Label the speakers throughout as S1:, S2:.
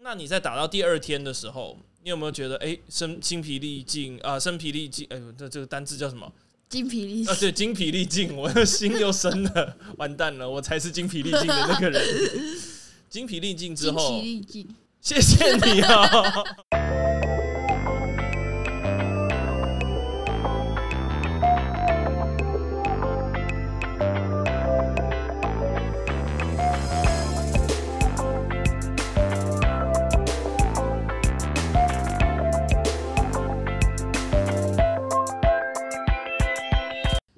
S1: 那你在打到第二天的时候，你有没有觉得哎、身精疲力尽啊、身疲力尽？哎、呦，这这个单字叫什么？
S2: 精疲力
S1: 啊，
S2: 尽。
S1: 对，精疲力尽， 我的心又生了， 完蛋了，我才是精疲力尽的那个人。 精疲力尽之
S2: 精疲
S1: 后，
S2: 力尽，
S1: 谢谢你哦。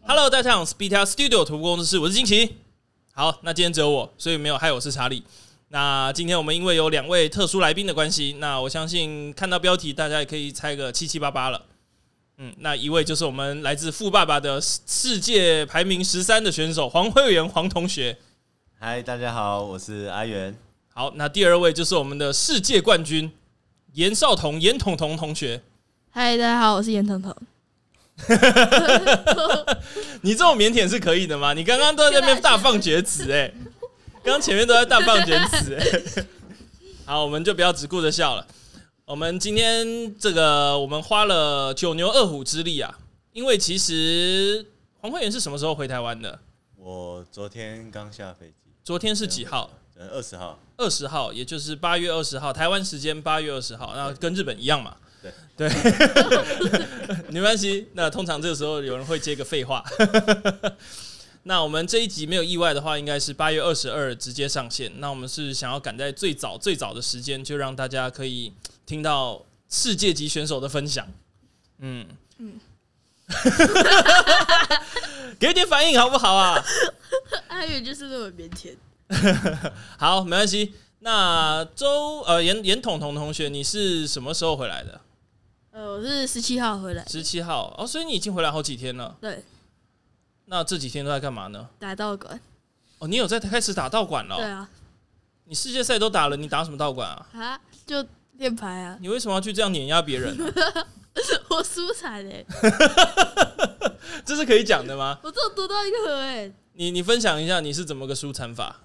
S1: Hello，大家好，我是 b t r Studio 图工作室，我是金奇。好，那今天只有我，所以没有害我是查理。那今天我们因为有两位特殊来宾的关系，那我相信看到标题，大家也可以猜个七七八八了。嗯，那一位就是我们来自富爸爸的世世界排名十三的选手黄慧媛黄同学。
S3: 嗨，大家好，我是阿元。
S1: 好，那第二位就是我们的世界冠军严少彤严彤彤同学。
S2: 嗨，大家好，我是严腾腾。
S1: 你这种腼腆是可以的吗？你刚刚都在那边大放厥词哎、刚刚前面都在大放厥词哎、好，我们就不要只顾着笑了。我们今天这个，我们花了九牛二虎之力啊，因为其实黄慧媛是什么时候回台湾的？
S3: 我昨天刚下飞机，
S1: 昨天是几号？？
S3: 呃，二十号。
S1: 二十号，也就是八月二十号，台湾时间八月二十号，那跟日本一样嘛。
S3: 对
S1: 对， 没关系。那通常这个时候有人会接个废话。 那我们这一集没有意外的话，应该是八月二十二直接上线。那我们是想要赶在最早最早的时间，就让大家可以听到世界级选手的分享。嗯嗯
S2: 嗯，
S1: 给点反应好不好啊？
S2: 阿远就是那么腼腆。
S1: 好，没关系。那周呃严严彤彤同学，你是什么时候回来的？
S2: 呃，我是十七号回来，
S1: 十七号哦，所以你已经回来好几天了。
S2: 对，
S1: 那这几天都在干嘛呢？
S2: 打道馆。
S1: 哦，你有在开始打道馆了
S2: 对
S1: 哦、
S2: 啊，
S1: 你世界赛都打了，你打什么道馆啊？
S2: 啊，就练牌啊，
S1: 你为什么要去这样碾压别人啊呢、
S2: 我输惨哎，
S1: 这是可以讲的吗？
S2: 我只有读到一个和哎，
S1: 你你分享一下你是怎么个输惨法？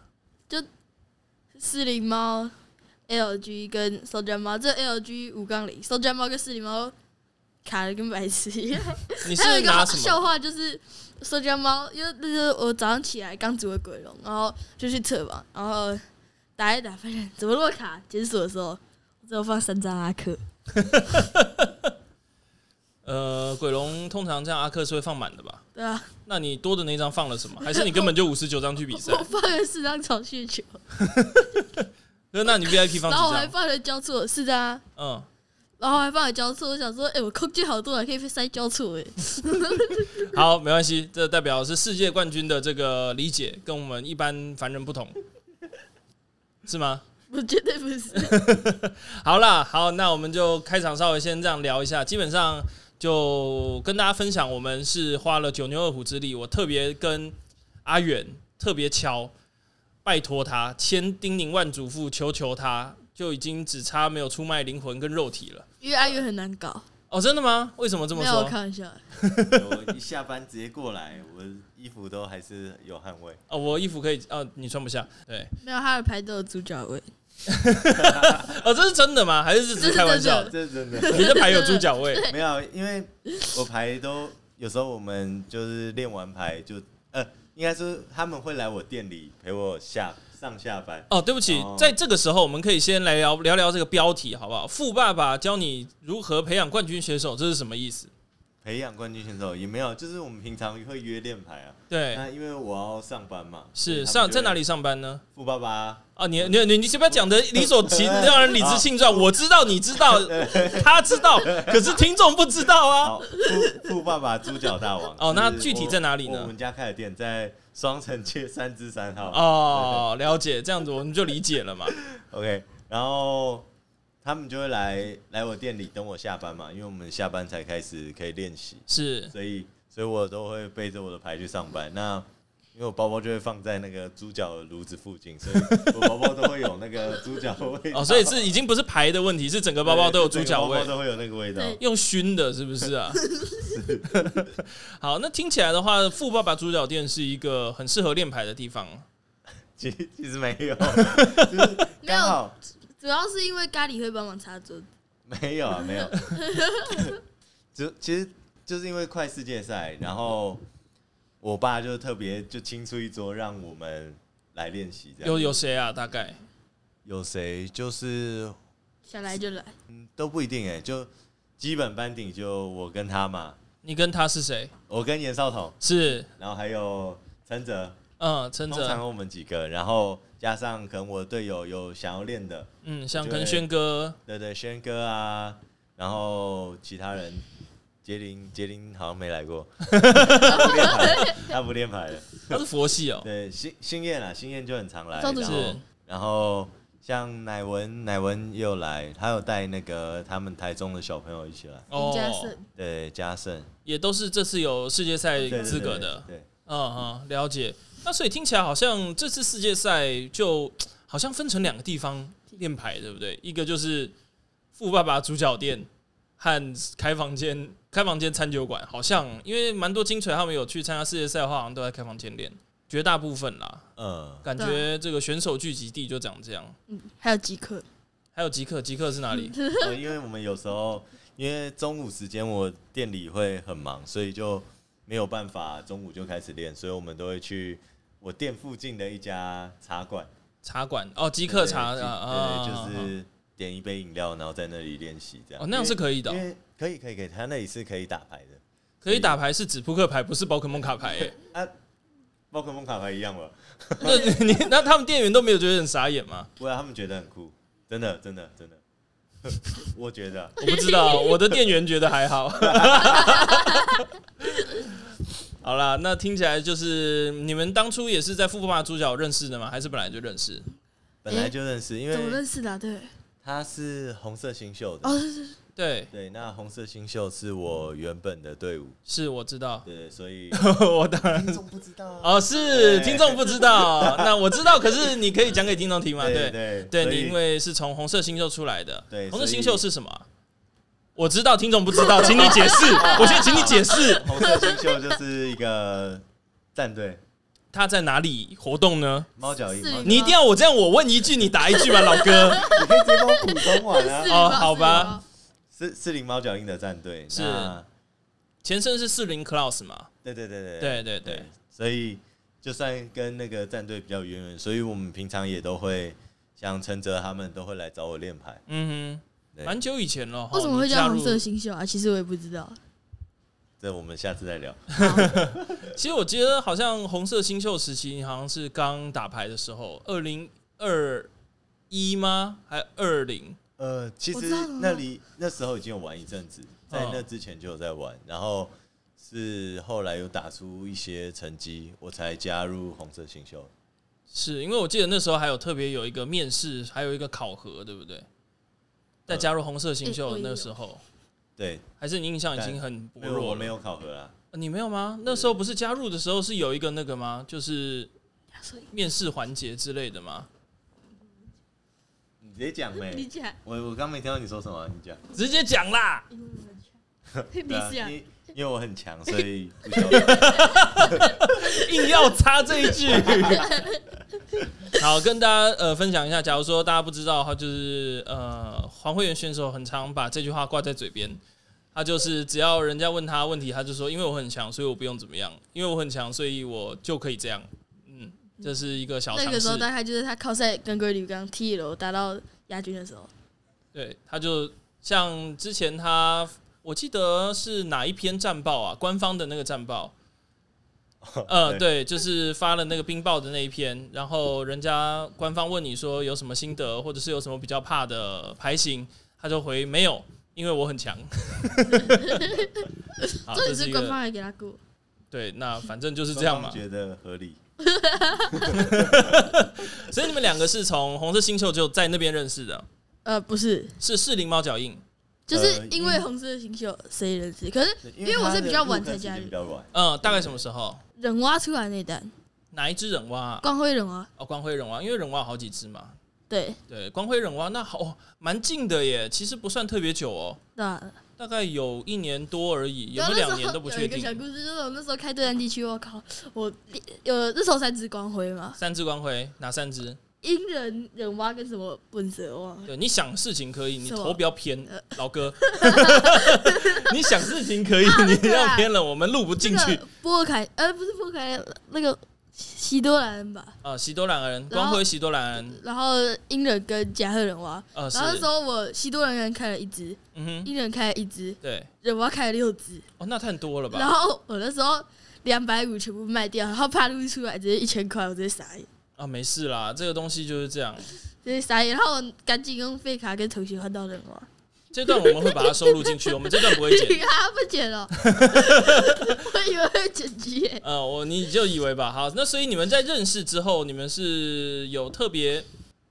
S2: 四零猫、LG 跟 Soldier 猫，这 LG 五杠零，Soldier 猫跟四零猫卡的跟白痴一样。
S1: 你
S2: 还有
S1: 是
S2: 一个好
S1: 拿什
S2: 笑
S1: 么？
S2: 话就是。社交猫，因为那是我早上起来刚煮了鬼龙，然后就去测网，然后打一打，发现怎么那么卡？解锁的时候，我只有放三张阿克，
S1: 呃，鬼龙通常这样阿克是会放满的吧？
S2: 对啊，
S1: 那你多的那张放了什么？还是你根本就五十九张去比赛
S2: 我？放了四张长续球，
S1: 那那你 VIP 放
S2: 然 后我还
S1: 几张？
S2: 放了交错四张啊，
S1: 嗯，
S2: 然后我还放了交错，我想说，哎、我空间好多，还可以塞交错、哎，
S1: 好，没关系，这代表是世界冠军的这个理解跟我们一般凡人不同，是吗？
S2: 我绝对不是，
S1: 好啦，好，那我们就开场稍微先这样聊一下，基本上就跟大家分享，我们是花了九牛二虎之力，我特别跟阿远特别敲，拜托他，千叮咛万嘱咐，求求他，就已经只差没有出卖灵魂跟肉体了。
S2: 因为阿月很难搞，
S1: 哦，真的吗？为什么这么
S2: 没有我
S1: 说
S2: 开？玩笑，
S3: 我一下班直接过来，我衣服都还是有汗味。
S1: 哦，我衣服可以，哦，你穿不下，对，
S2: 没有他的牌都有猪脚味，
S1: 哦，这是真的吗？还是只是开玩笑的？
S3: 这真的
S1: 你的牌有猪脚味，
S3: 没有，因为我牌都有时候我们就是练完牌就呃，应该说他们会来我店里陪我下上下班。
S1: 哦，对不起，
S3: 哦
S1: 在这个时候，我们可以先来聊聊聊这个标题，好不好？富爸爸教你如何培养冠军选手，这是什么意思？
S3: 培养冠军选手也没有，就是我们平常会约练牌啊。
S1: 对，
S3: 那因为我要上班嘛，
S1: 是上在哪
S3: 里？
S1: 里上班呢？
S3: 富爸爸
S1: 啊，你你你你先不要讲的理所其让人理直气壮，我知道，你知道，他知道，可是听众不知道啊。
S3: 好，富富爸爸猪脚大王。
S1: 哦那
S3: 是
S1: 具体
S3: 我
S1: 在哪里呢
S3: 我们家开的店在双城街三至三号。
S1: 哦，了解，这样子我们就理解了嘛。
S3: OK，然后他们就会来来我店里等我下班嘛，因为我们下班才开始可以练习，
S1: 是
S3: 所以所以我都会背着我的牌去上班。那因为我包包就会放在那个猪脚的炉子附近，所以 我包包都会有那个猪脚的味道。
S1: 哦，所以是已经不是牌的问题，是整个包包都有猪脚味
S3: 对整个包包。都会有那个味道。
S2: 对
S1: 用熏的，是不是 啊？好，那听起来的话，富爸爸猪脚店是一个很适合练牌的地方。
S3: 其其实没有，就是
S2: 没
S3: 刚
S2: 有
S3: 好
S2: 主要是因为咖喱会帮忙擦桌子。
S3: 没有啊，没有。就其实就是因为快世界赛，然后我爸就特别就清出一桌让我们来练习，这样
S1: 有有谁啊？大概
S3: 有谁就是
S2: 想来就来，
S3: 嗯都不一定哎、就基本班底就我跟他嘛，
S1: 你跟他是谁？
S3: 我跟严少彤，
S1: 是
S3: 然后还有陈哲，
S1: 嗯，陈
S3: 通常
S1: 哲，
S3: 有我们几个，然后加上可能我队友有想要练的，
S1: 嗯，像
S3: 我觉
S1: 跟
S3: 得
S1: 轩 哥，
S3: 对对，轩哥啊，然后其他人，杰林杰林好像没来过，他不练牌，他不练牌了。
S1: 他是佛系哦，
S3: 对，星星燕啊，星燕就很常来，
S2: 赵子
S3: 然
S2: 对
S1: 是
S3: 后然后像乃文，乃文也有来，他有带那个他们台中的小朋友一起来，
S2: 林嘉
S1: 哦，
S2: 盛
S3: 对，嘉盛
S1: 也都是这次有世界赛
S3: 对对
S1: 资格
S3: 对
S1: 的，
S3: 对，
S1: 嗯嗯，了解。那所以听起来好像这次世界赛就好像分成两个地方练牌，对不对？一个就是富爸爸主角店和开房间、开房间餐酒馆，好像因为蛮多精锤他们有去参加世界赛的话，好像都在开房间练，绝大部分啦。
S3: 嗯，
S1: 感觉这个选手聚集地就长这样。
S2: 嗯，还有极客，
S1: 还有极客，极客是哪里？
S3: 呃因为我们有时候因为中午时间我店里会很忙，所以就没有办法中午就开始练，所以我们都会去我店附近的一家茶馆，
S1: 茶馆哦，极客茶
S3: 对
S1: 啊啊，
S3: 对，
S1: 啊
S3: 对
S1: 啊
S3: 就是点一杯饮料，然后在那里练习这样。
S1: 哦，那样是可以的哦
S3: 因，为可以可以可以，他那里是可以打牌的，啊
S1: 可以打牌是指扑克牌，不是宝可梦卡牌 耶。
S3: 宝可梦卡牌一样吧？
S1: 那你那他们店员都没有觉得很傻眼吗？
S3: 不然他们觉得很酷，真的真的真的， 我觉得
S2: 哎
S1: 我不知道，我的店员觉得还 好。好啦，那听起来就是你们当初也是在富爸爸主角认识的吗？还是本来就认识？
S3: 本来就认识，因
S2: 怎么
S3: 为
S2: 认识的啊、对，
S3: 他是红色新秀的。
S2: 哦，是是是
S1: 对，
S3: 对，那红色新秀是我原本的队伍，
S1: 是我知道，
S3: 对，所以
S1: 我当然
S3: 听众不知道啊。
S1: 哦，是
S3: 对
S1: 听众不知道，那我知道，可是你可以讲给听众听吗？
S3: 对
S1: 对，
S3: 对
S1: 对
S3: 所以
S1: 你因为是从红色星宿出来的，
S3: 对
S1: 红色
S3: 所以
S1: 星宿是什么啊？我知道，听众不知道，请你解释。 我先请你解释，
S3: 红色新秀就是一个战队，
S1: 他在哪里活动呢？
S3: 猫脚印，
S2: 是
S3: 猫脚印
S1: 你一定要我这样，我问一句，你答一句吧，老哥。
S3: 你可以直接帮我补充完
S2: 四
S3: 啊
S2: 零。
S1: 哦
S2: 八
S1: 好吧，
S3: 是四零猫脚印的战队
S1: 是
S3: 那
S1: 前身是四零 Claus 嘛？
S3: 对对对对
S1: 对对对，
S3: 所以就算跟那个战队比较渊源，所以我们平常也都会像陈哲他们都会来找我练牌。
S1: 嗯哼，
S3: 对
S1: 蛮久以前了。
S2: 四零八为什么
S1: 哦
S2: 会
S1: 你
S2: 叫
S1: 加
S2: 红
S1: 入？
S2: 色新秀啊？其实我也不知道，
S3: 这我们下次再聊。
S1: 其实我觉得好像红色新秀时期，你好像是刚打牌的时候，二零二一吗？还二零？
S3: 呃，其
S2: 我
S3: 实
S2: 知道了
S3: 那里那时候已经有玩一阵子，
S1: 嗯
S3: 在那之前就有在玩，然后是后来有打出一些成绩，我才加入红色新秀。
S1: 是因为我记得那时候还有特别有一个面试，还有一个考核，对不对？在加入红色新秀的那时
S2: 呃
S1: 候，
S3: 对，
S1: 还是你印象已经很薄
S3: 没有我
S1: 弱了？
S3: 没有考核啊，
S1: 呃，你没有吗？那时候不是加入的时候是有一个那个吗？就是
S2: 所以
S1: 面试环节之类的吗？嗯
S3: 你直接讲
S2: 理
S3: 没？
S2: 解，啊
S3: 我我刚没听到你说什么，你讲。
S1: 直接讲啦！
S2: 英文很 强，理
S3: 对啊
S2: 解，
S3: 因因为我很强，所以不需要
S1: 硬要插这一句。好，跟大家呃分享一下，假如说大家不知道的话，就是呃黄慧媛选手很常把这句话挂在嘴边。他就是只要人家问他问题，他就说：“因为我很强，所以我不用怎么样；因为我很强，所以我就可以这样。”嗯，这是一个小
S2: 那
S1: 常
S2: 个时候
S1: 识。
S2: 大概就是他靠赛跟龟旅刚踢楼打到亚军的时候，
S1: 对，他就像之前他，我记得是哪一篇战报啊？官方的那个战报，呃，对，就是发了那个冰雹的那一篇，然后人家官方问你说有什么心得，或者是有什么比较怕的牌型，他就回没有，因为我很强。好，啊
S2: 重
S1: 这
S2: 点
S1: 是
S2: 是
S1: 一
S2: 官
S1: 个
S2: 方还给他过，
S1: 对，那反正就是这样嘛
S3: 双方。觉得合理。
S1: 所以你们两个是从红色星球就在那边认识的，
S2: 呃，不是，
S1: 是士林猫脚印。
S2: 就是因为红色星球谁认识，可是
S3: 对
S2: 因为我是比较晚才
S3: 他
S2: 加
S3: 的入坑时间
S2: 入
S3: 比较晚。
S1: 嗯、大概什么时候？
S2: 忍蛙出来那一单，
S1: 哪一只忍蛙、啊？
S2: 光辉忍蛙，
S1: 哦，光辉忍蛙，因为忍蛙有好几只嘛。
S2: 对，
S1: 对，光辉忍蛙那好，哦蛮、近的耶，其实不算特别久哦，
S2: 那
S1: 大概有一年多而已，有
S2: 然
S1: 没有
S2: 后啊那时
S1: 两
S2: 候
S1: 年都不确
S2: 有一个小
S1: 定。
S2: 故事就是我那时候开对战地区，我靠，我有那时候三只光辉嘛，
S1: 三只光辉，哪三只？
S2: 阴人忍蛙跟什么本蛇蛙，
S1: 对，你想事情可以，你
S2: 是呃我
S1: 头不要偏，老 哥。你想事情可以，
S2: 啊
S1: 你不要偏了，我们录不进
S2: 那
S1: 去
S2: 个波尔凯，呃，不是波尔凯，那个西多兰人吧？
S1: 啊。喜多兰人，
S2: 然后
S1: 光辉喜多兰人，
S2: 然后阴人跟加贺人蛙，
S1: 呃，是
S2: 然，后那时候我西多兰人开了一只，
S1: 嗯哼，
S2: 阴人开了一只，
S1: 对，
S2: 忍蛙开了六只，
S1: 哦，那太多了
S2: 然
S1: 吧？
S2: 后我那时候两百五全部卖掉，然后帕路出来直接一千块，我直接傻眼，
S1: 啊，没事啦，这个东西就是这样。
S2: 直接傻眼，然后我赶紧用废卡跟同学换到人蛙，
S1: 这段我们会把它收录进去，我们这段不会 剪。
S2: 他不 剪了，我以为会剪辑耶。
S1: 呃，我你就以为吧，好，那所以你们在认识之后，你们是有特别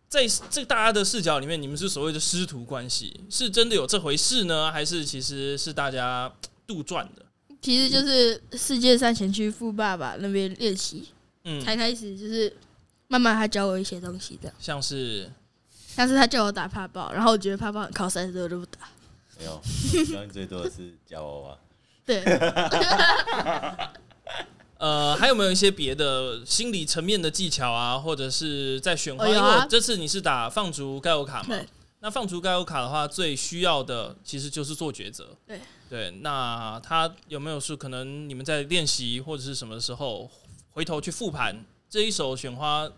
S1: 在这大家的视角里面，你们是所谓的师徒关系，是真的有这回事呢，还是其实是大家杜撰的？
S2: 其实就是世界上前去富爸爸那边练习，
S1: 嗯，
S2: 才开始就是慢慢他教我一些东西的。
S1: 像是
S2: 但是他叫我打帕报，然后我觉得帕报很靠山，所以我就不打。
S3: 没有，教你最多的是夹娃娃。
S2: 对，
S1: 呃，还有没有一些别的心理层面的技巧啊，或者是在选花？
S2: 哦
S1: 因为
S2: 有啊
S1: 我这次你是打放逐盖欧卡嘛
S2: 对？
S1: 那放逐盖欧卡的话，最需要的其实就是做抉择。
S2: 对
S1: 对，那他有没有是可能你们在练习或者是什么时候回头去复盘这一首选花？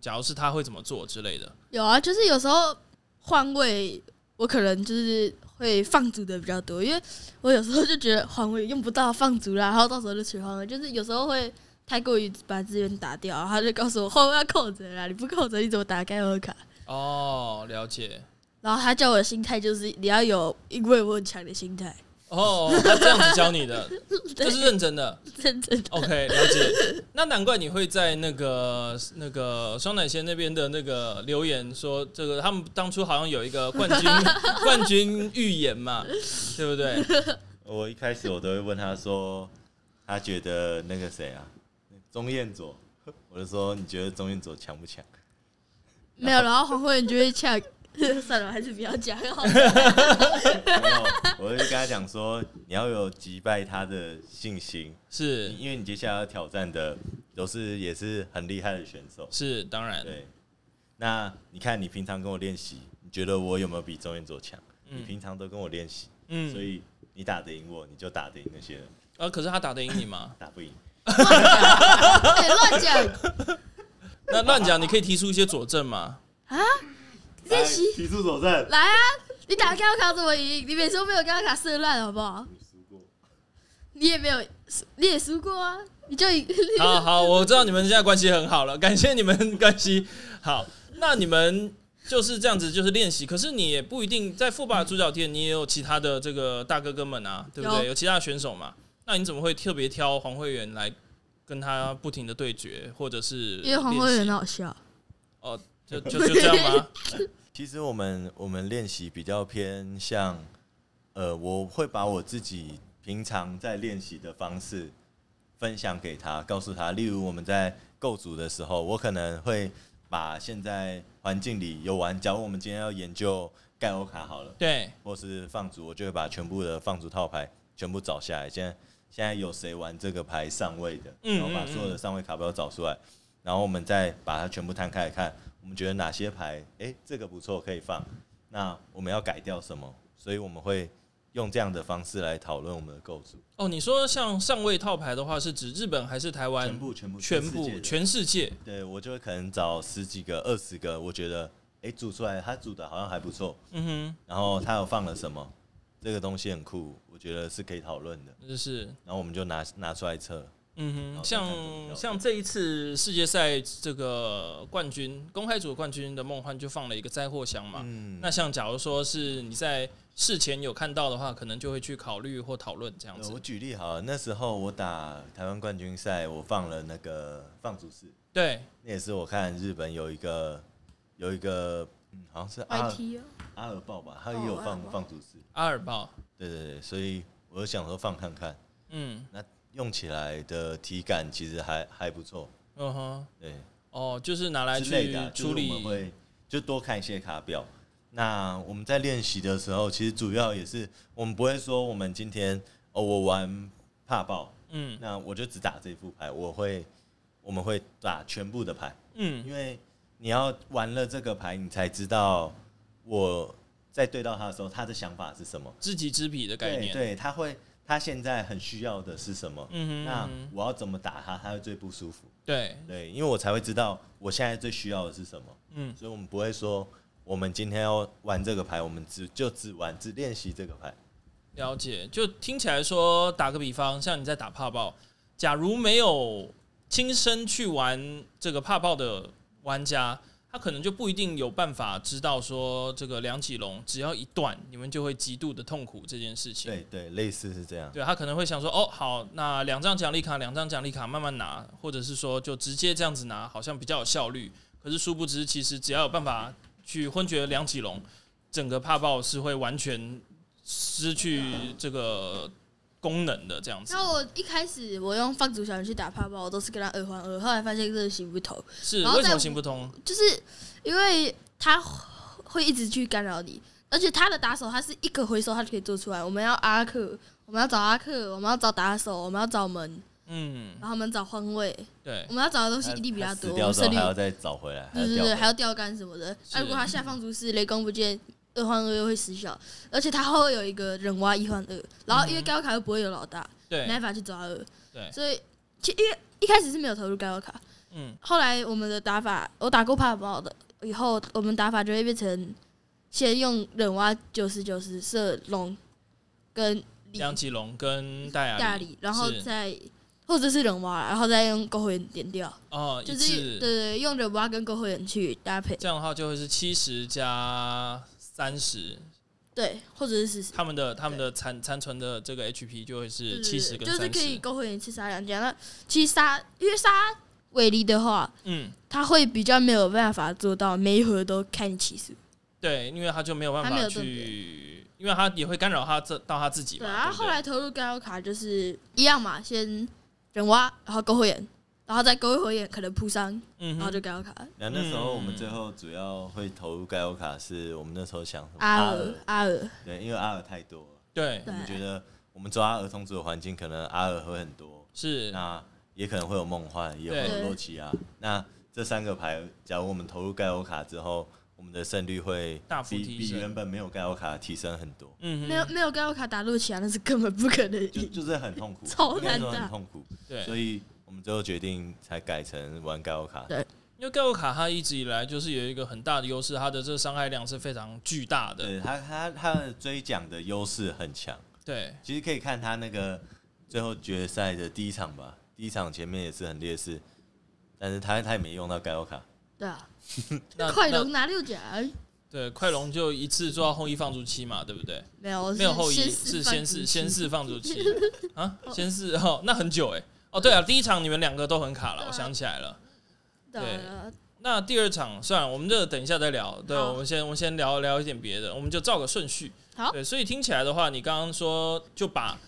S1: 假如是他会怎么做之类的？
S2: 有啊，就是有时候换位，我可能就是会放逐的比较多，因为我有时候就觉得换位用不到放逐啦，然后到时候就取换位，就是有时候会太过于把资源打掉，然后他就告诉我换位要扣折啦，你不扣折你怎么打盖欧卡？
S1: 哦，了解。
S2: 然后他叫我的心态就是你要有因为我很强的心态，
S1: 哦，他这样子教你的，这是
S2: 对
S1: 认真的。
S2: 真的
S1: OK，了解。那难怪你会在那个那个双奶仙那边的那个留言说，这个他们当初好像有一个冠军冠军预言嘛，对不对？
S3: 我一开始我都会问他说，他觉得那个谁啊，钟彦佐，我就说你觉得钟彦佐强 不强？
S2: 没有。然后黄慧你就会呛，算了，我还是不要讲好了。
S3: 没有，我就跟他讲说，你要有击败他的信心，
S1: 是
S3: 因为你接下来要挑战的都是也是很厉害的选手。
S1: 是，当然，
S3: 对，那你看你平常跟我练习，你觉得我有没有比钟彦佐强？
S2: 嗯
S3: 你平常都跟我练习，所
S1: 嗯，
S3: 以你打得赢我，你就打得赢那些人，
S1: 啊，可是他打得赢你吗？
S3: 打不赢。
S2: 对，哎乱讲，
S1: 那乱讲，你可以提出一些佐证嘛？
S2: 练习
S3: 来提出所证，
S2: 来啊！你打高卡怎么赢？你每次都被我高卡射烂，好不好？
S3: 你输过。
S2: 你也没有，你也输过啊，你就 赢。
S1: 好好，我知道你们现在关系很好了， 感谢你们关系好。那你们就是这样子，就是练习。可是你也不一定在富爸主角店，你也有其他的这个大哥哥们啊，对不对？有
S2: 有
S1: 其他的选手嘛？那你怎么会特别挑黄慧媛来跟他不停的对决，或者是
S2: 因为黄慧啊
S1: 慧
S2: 媛很好笑，
S1: 哦，就就就这样 吗？
S3: 其实我们我们练习比较偏向，呃，我会把我自己平常在练习的方式分享给他，告诉他。例如我们在构筑的时候，我可能会把现在环境里有玩，假如我们今天要研究盖欧卡好了，
S1: 对，
S3: 或是放逐，我就会把全部的放逐套牌全部找下来。现在现在有谁玩这个牌上位的，
S1: 嗯
S3: 然后把
S1: 嗯
S3: 所有
S1: 嗯
S3: 的上位卡标找出来，然后我们再把它全部摊开来看，我们觉得哪些牌，诶，这个不错可以放，那我们要改掉什么？所以我们会用这样的方式来讨论我们的构筑，
S1: 哦，你说像上位套牌的话，是指日本还是台湾？
S3: 全部全部
S1: 全
S3: 世界
S1: 部
S3: 的
S1: 全世界
S3: 对我就会可能找十几个、二十个，我觉得诶，组出来他组的好像还不错，
S1: 嗯
S3: 然后他有放了什么，这个东西很酷，我觉得是可以讨论的。
S1: 哼，就是
S3: 然后我们就拿拿出来测，
S1: 嗯哼，
S3: 然后再看怎么
S1: 像
S3: 调
S1: 像
S3: 整
S1: 这一次世界赛这个冠军，公开组冠军的梦幻就放了一个灾祸箱嘛。
S3: 嗯，
S1: 那像假如说是你在事前有看到的话，可能就会去考虑或讨论这样
S3: 呃
S1: 子
S3: 我。举例好了，那时候我打台湾冠军赛，我放了那个放逐式，
S1: 对，
S3: 那也是我看日本有一个有一个，嗯，好像是阿尔
S2: YT 哦，
S3: 阿尔豹吧，他也有
S2: 哦阿尔
S3: 放
S2: 豹
S3: 放逐式，
S1: 阿尔豹，
S3: 对对对，所以我就想说放看看，
S1: 嗯，
S3: 那用起来的体感其实还还不错，
S1: 嗯哼，
S3: 对，
S1: 哦，就是拿来
S3: 之类
S1: 去
S3: 的啊，就是
S1: 处
S3: 我
S1: 理，
S3: 们会就多看一些卡表。那我们在练习的时候，其实主要也是我们不会说我们今天哦，我玩怕爆，
S1: 嗯
S3: 那我就只打这副牌，我会我们会打全部的牌，
S1: 嗯
S3: 因为你要玩了这个牌，你才知道我在对到他的时候，他的想法是什么。
S1: 知己知彼的概
S3: 对
S1: 念。
S3: 对，他会他现在很需要的是什么？
S1: 嗯哼
S3: 那
S1: 嗯哼
S3: 我要怎么打他，他会最不舒服？
S1: 对，
S3: 对，因为我才会知道我现在最需要的是什么。
S1: 嗯，
S3: 所以我们不会说我们今天要玩这个牌，我们只就只玩只练习这个牌。
S1: 了解。就听起来说，打个比方，像你在打怕爆，假如没有亲身去玩这个怕爆的玩家，他可能就不一定有办法知道说这个梁启龙只要一断，你们就会极度的痛苦这件事情。
S3: 对对，类似是这样。
S1: 对他可能会想说，哦，好，那两张奖励卡，两张奖励卡慢慢拿，或者是说就直接这样子拿，好像比较有效率。可是殊不知，其实只要有办法去昏厥梁启龙，整个怕爆是会完全失去这个功能的这样子
S2: 然。后我一开始我用放逐小人去打泡泡，我都是跟他二换二，后来发现这个行不通，
S1: 是
S2: 然后
S1: 为什么
S2: 在
S1: 行不通？
S2: 就是因为他会一直去干扰你，而且他的打手他是一个回收他就可以做出来。我们要阿克，我们要找阿克，我们要找打手，我们要找门，
S1: 嗯，
S2: 然后我们找换位，
S1: 对
S2: 我，们要找的东西一定比
S3: 他
S2: 他
S3: 死
S2: 多，我
S3: 掉
S2: 们
S3: 之后
S2: 胜率
S3: 还要再找回来，还
S2: 对对
S3: 要掉回
S2: 对，
S3: 来
S2: 还要钓竿什么的。
S1: 是
S2: 那、如果他下放逐是雷公不见，二换二又会失效，而且他会有一个人蛙一换二，然后因为
S1: 嗯
S2: 高卡又不会有老大，没
S1: 对
S2: 办法去抓二，
S1: 对，
S2: 所以其因为一开始是没有投入高卡，
S1: 嗯，
S2: 后来我们的打法，我打过帕宝的，以后我们打法就会变成先用忍蛙九十九十射龙跟李
S1: 梁启龙跟戴
S2: 大
S1: 亚
S2: 理，然后
S1: 是
S2: 再或者是忍蛙，然后再用勾回眼点掉，
S1: 哦，
S2: 就
S1: 一
S2: 是对
S1: 致
S2: 对对用忍蛙跟勾回眼去搭配，
S1: 这样的话就会是七十加三十，
S2: 对，或者是四十。
S1: 他们的他们的残残存的这个 HP 就会是
S2: 对
S1: 七十
S2: 对
S1: 跟
S2: 就
S1: 三十，
S2: 是可以勾回眼去杀两家。那其实杀，因为杀尾离的话，
S1: 嗯，
S2: 他会比较没有办法做到每一回都看你起诉。
S1: 对，因为他就没有办
S2: 他没
S1: 法
S2: 有盾
S1: 去，因为他也会干扰他这到他自己嘛。
S2: 对啊，
S1: 不
S2: 后来投入高卡就是一样嘛，先人蛙，然后勾回眼，然后再勾回眼可能扑伤，
S1: 嗯
S2: 然后
S1: 哼，
S2: 就高卡。
S3: 然后那时候我们最后主要会投入盖欧卡，是我们那时候想什么
S2: 阿
S3: 尔
S2: 尔，阿尔，
S1: 嗯
S3: 对，因为阿尔太多了，
S1: 对
S3: 我们觉
S2: 对
S3: 得我们抓儿童组的环境，可能阿尔会很多，
S1: 是
S3: 那也可能会有梦幻，也会
S1: 对
S3: 有洛奇啊。那这三个牌，假如我们投入盖欧卡之后，我们的胜率会
S1: 大幅
S3: 比
S1: 提
S3: 比
S1: 升
S3: 原本没有盖欧卡提升很多，
S1: 嗯
S2: 没有
S1: 哼，
S2: 没有高卡打入起来那是根本不可能
S3: 就
S2: 赢。
S3: 就是很痛苦，
S2: 超
S3: 应该
S2: 难
S3: 说
S2: 打
S3: 很痛苦。
S1: 对，
S3: 所以我们最后决定才改成玩盖欧卡。
S2: 对
S1: 因为盖欧卡他一直以来就是有一个很大的优势，他的这个伤害量是非常巨大的。
S3: 对他，他他的追奖的优势很强。
S1: 对，
S3: 其实可以看他那个最后决赛的第一场吧，第一场前面也是很劣势，但是他他也没用到盖欧卡，
S2: 对啊，
S1: 那
S2: 快
S1: 那
S2: 龙拿六甲，哎
S1: 对快龙就一次做到后羿放逐期嘛，对不对？
S2: 没有
S1: 没有后羿
S2: 先
S1: 是先
S2: 四
S1: 是先是放逐 期啊，先是哦，那很久哎、哦，对啊，第一场你们两个都很卡了，
S2: 对啊
S1: 我想起来了。
S2: 对啊，
S1: 那第二场算了，我们这个等一下再聊。对，
S2: 好
S1: 我们先我们先聊聊一点别的，我们就照个顺序。
S2: 好
S1: 对，所以听起来的话，你刚刚说就把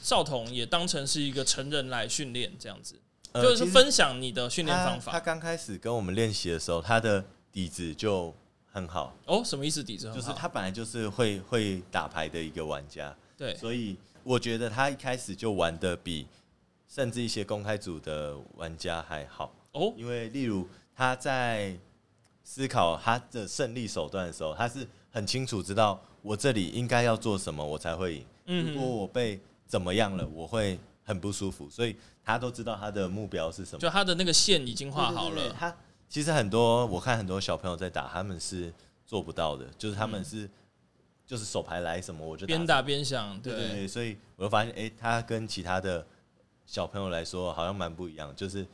S1: 少童也当成是一个成人来训练，这样子，
S3: 呃
S1: 就是分享你的训练方
S3: 他。他
S1: 法。
S3: 刚开始跟我们练习的时候，他的底子就很好，
S1: 哦，什么意思？底子很
S3: 就是
S1: 好
S3: 他本来就是会会打牌的一个玩家，
S1: 对，
S3: 所以我觉得他一开始就玩的比甚至一些公开组的玩家还好。
S1: 哦，
S3: 因为例如他在思考他的胜利手段的时候，他是很清楚知道我这里应该要做什么，我才会赢。如果
S1: 嗯，
S3: 我被怎么样了，我会很不舒服，所以他都知道他的目标是什么
S1: 就。他的那个线已经画好
S3: 对对对
S1: 了。
S3: 他其实很多我看很多小朋友在打，他们是做不到的，就是他们是、就是手牌来什么我就
S1: 边
S3: 打
S1: 打边想，
S3: 什么。对对
S1: 对，
S3: 对，所以我就发现，哎、他跟其他的小朋友来说好像蛮不一样，就是